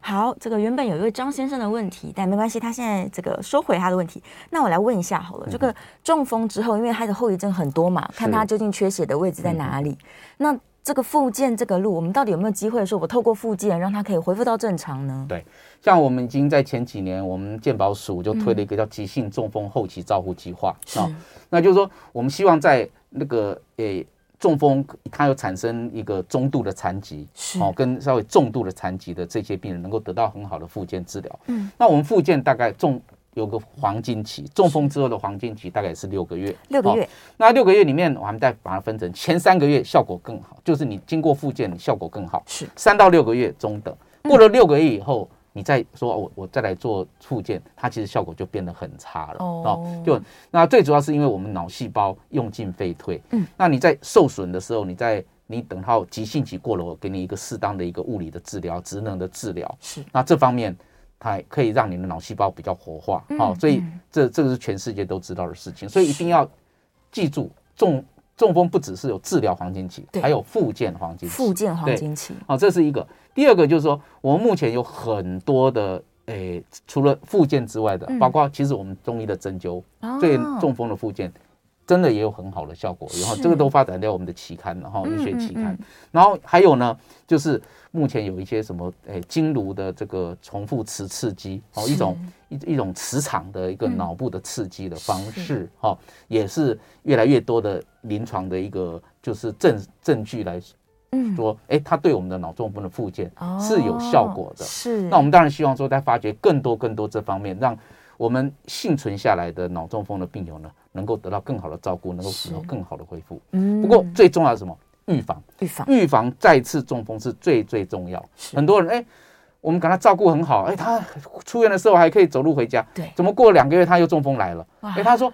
S3: 好，这个原本有一位张先生的问题，但没关系，他现在这个收回他的问题。那我来问一下好了，这
S4: 嗯
S3: 个中风之后，因为他的后遗症很多嘛，看他究竟缺血的位置在
S4: 嗯
S3: 哪里。那这个复健这个路，我们到底有没有机会说，我透过复健让他可以恢复到正常呢？
S4: 对，像我们已经在前几年，我们健保署就
S3: 嗯
S4: 推了一个叫急性中风后期照护计划啊，那就是说我们希望在那个诶、中风它有产生一个中度的残疾，
S3: 是
S4: 哦，跟稍微重度的残疾的这些病人能够得到很好的复健治疗。嗯，那我们复健大概中有个黄金期，中风之后的黄金期大概也是六个月，
S3: 六个
S4: 哦
S3: 月，
S4: 那六个月里面，我们再把它分成前三个月效果更好，就是你经过复健，你效果更好。
S3: 是
S4: 三到六个月中等，
S3: 嗯
S4: 过了六个月以后，你再说哦我我再来做复健，它其实效果就变得很差了。
S3: 哦
S4: 就那最主要是因为我们脑细胞用尽废退。
S3: 嗯，
S4: 那你在受损的时候，你在你等到急性期过了，我给你一个适当的一个物理的治疗、职能的治疗。
S3: 是
S4: 那这方面。它可以让你的脑细胞比较活化，好、
S3: 嗯
S4: 所以
S3: 嗯
S4: 这这个是全世界都知道的事情，所以一定要记住，中中风不只是有治疗黄金期，
S3: 对
S4: 还有复健黄金期。
S3: 复健黄
S4: 对
S3: 金期，
S4: 好、这是一个。第二个就是说，我们目前有很多的诶、除了复健之外的，包括其实我们中医的针灸、
S3: 嗯哦
S4: 对中风的复健，真的也有很好的效果。然后
S3: 是
S4: 这个都发展在我们的期刊，然后医学期刊。
S3: 嗯嗯
S4: 然后还有呢，就是目前有一些什么诶、经颅的这个重复磁刺激，哦，一种一一种磁场的一个
S3: 嗯
S4: 脑部的刺激的方
S3: 是
S4: 式，哈、哦，也是越来越多的临床的一个就是证证据来
S3: 嗯，
S4: 说，哎，它对我们的脑中风的复健
S3: 哦
S4: 是有效果的。
S3: 是，
S4: 那我们当然希望说，在发掘更多更多这方面，让我们幸存下来的脑中风的病友呢，能够得到更好的照顾，能够
S3: 是
S4: 得到更好的恢复。
S3: 嗯
S4: 不过最重要的是什么？预防，
S3: 预防
S4: 预防再次中风是最最重要。
S3: 是
S4: 很多人哎，我们给他照顾很好，哎，他出院的时候还可以走路回家，
S3: 对
S4: 怎么过两个月他又中风来了？
S3: 哇
S4: 哎，他说。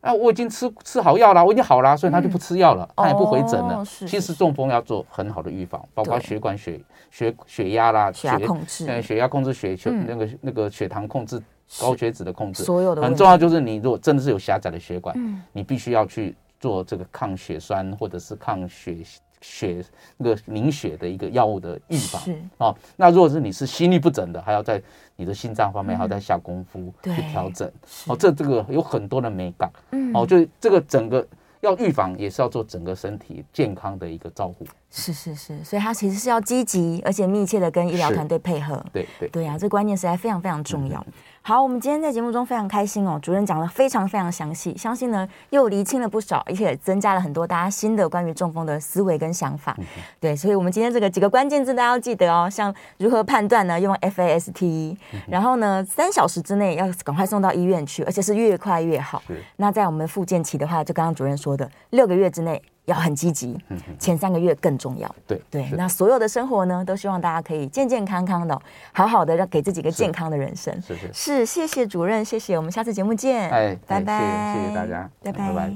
S4: 啊，我已经吃吃好药了，我已经好了，所以他就不吃药了，他也不回诊了。
S3: 哦是
S4: 其
S3: 是
S4: 实
S3: 是
S4: 中风要做很好的预防，包括
S3: 对
S4: 血管血血血压啦，
S3: 血压控制
S4: 呃血压控制血球、
S3: 嗯
S4: 那个那个血糖控制、高血脂的控制，
S3: 所有的
S4: 很
S3: 问
S4: 重
S3: 题
S4: 要就是你如果真的是有狭窄的血管，
S3: 嗯
S4: 你必须要去做这个抗血栓或者是抗血血那个凝血的一个药物的预防。
S3: 是
S4: 哦，那如果是你是心律不整的，还要在你的心脏方面还要再下功夫
S3: 嗯对
S4: 去调整。
S3: 是
S4: 哦，这这个有很多的美感。
S3: 嗯
S4: 哦，就是这个整个要预防，也是要做整个身体健康的一个照顾。
S3: 是是是，所以他其实是要积极而且密切的跟医疗
S4: 是
S3: 团队配合。
S4: 对对。
S3: 对呀、这观念实在非常非常重要。好，我们今天在节目中非常开心哦，主任讲的非常非常详细，相信呢又厘清了不少，而且也增加了很多大家新的关于中风的思维跟想法。对，所以我们今天这个几个关键字大家要记得哦，像如何判断呢？用 FAST，然 E 后呢三小时之内要赶快送到医院去，而且是越快越好
S4: 是。
S3: 那在我们复健期的话，就刚刚主任说的，六个月之内要很积极，前三个月更重要。
S4: 对
S3: 对，
S4: 是
S3: 那所有的生活呢，都希望大家可以健健康康的，好好的让给自己一个健康的人生。
S4: 是是
S3: 是，谢谢主任，谢谢，我们下次节目见。
S4: 哎，哎
S3: 拜拜，
S4: 谢谢谢谢大家，
S3: 拜
S4: 拜拜。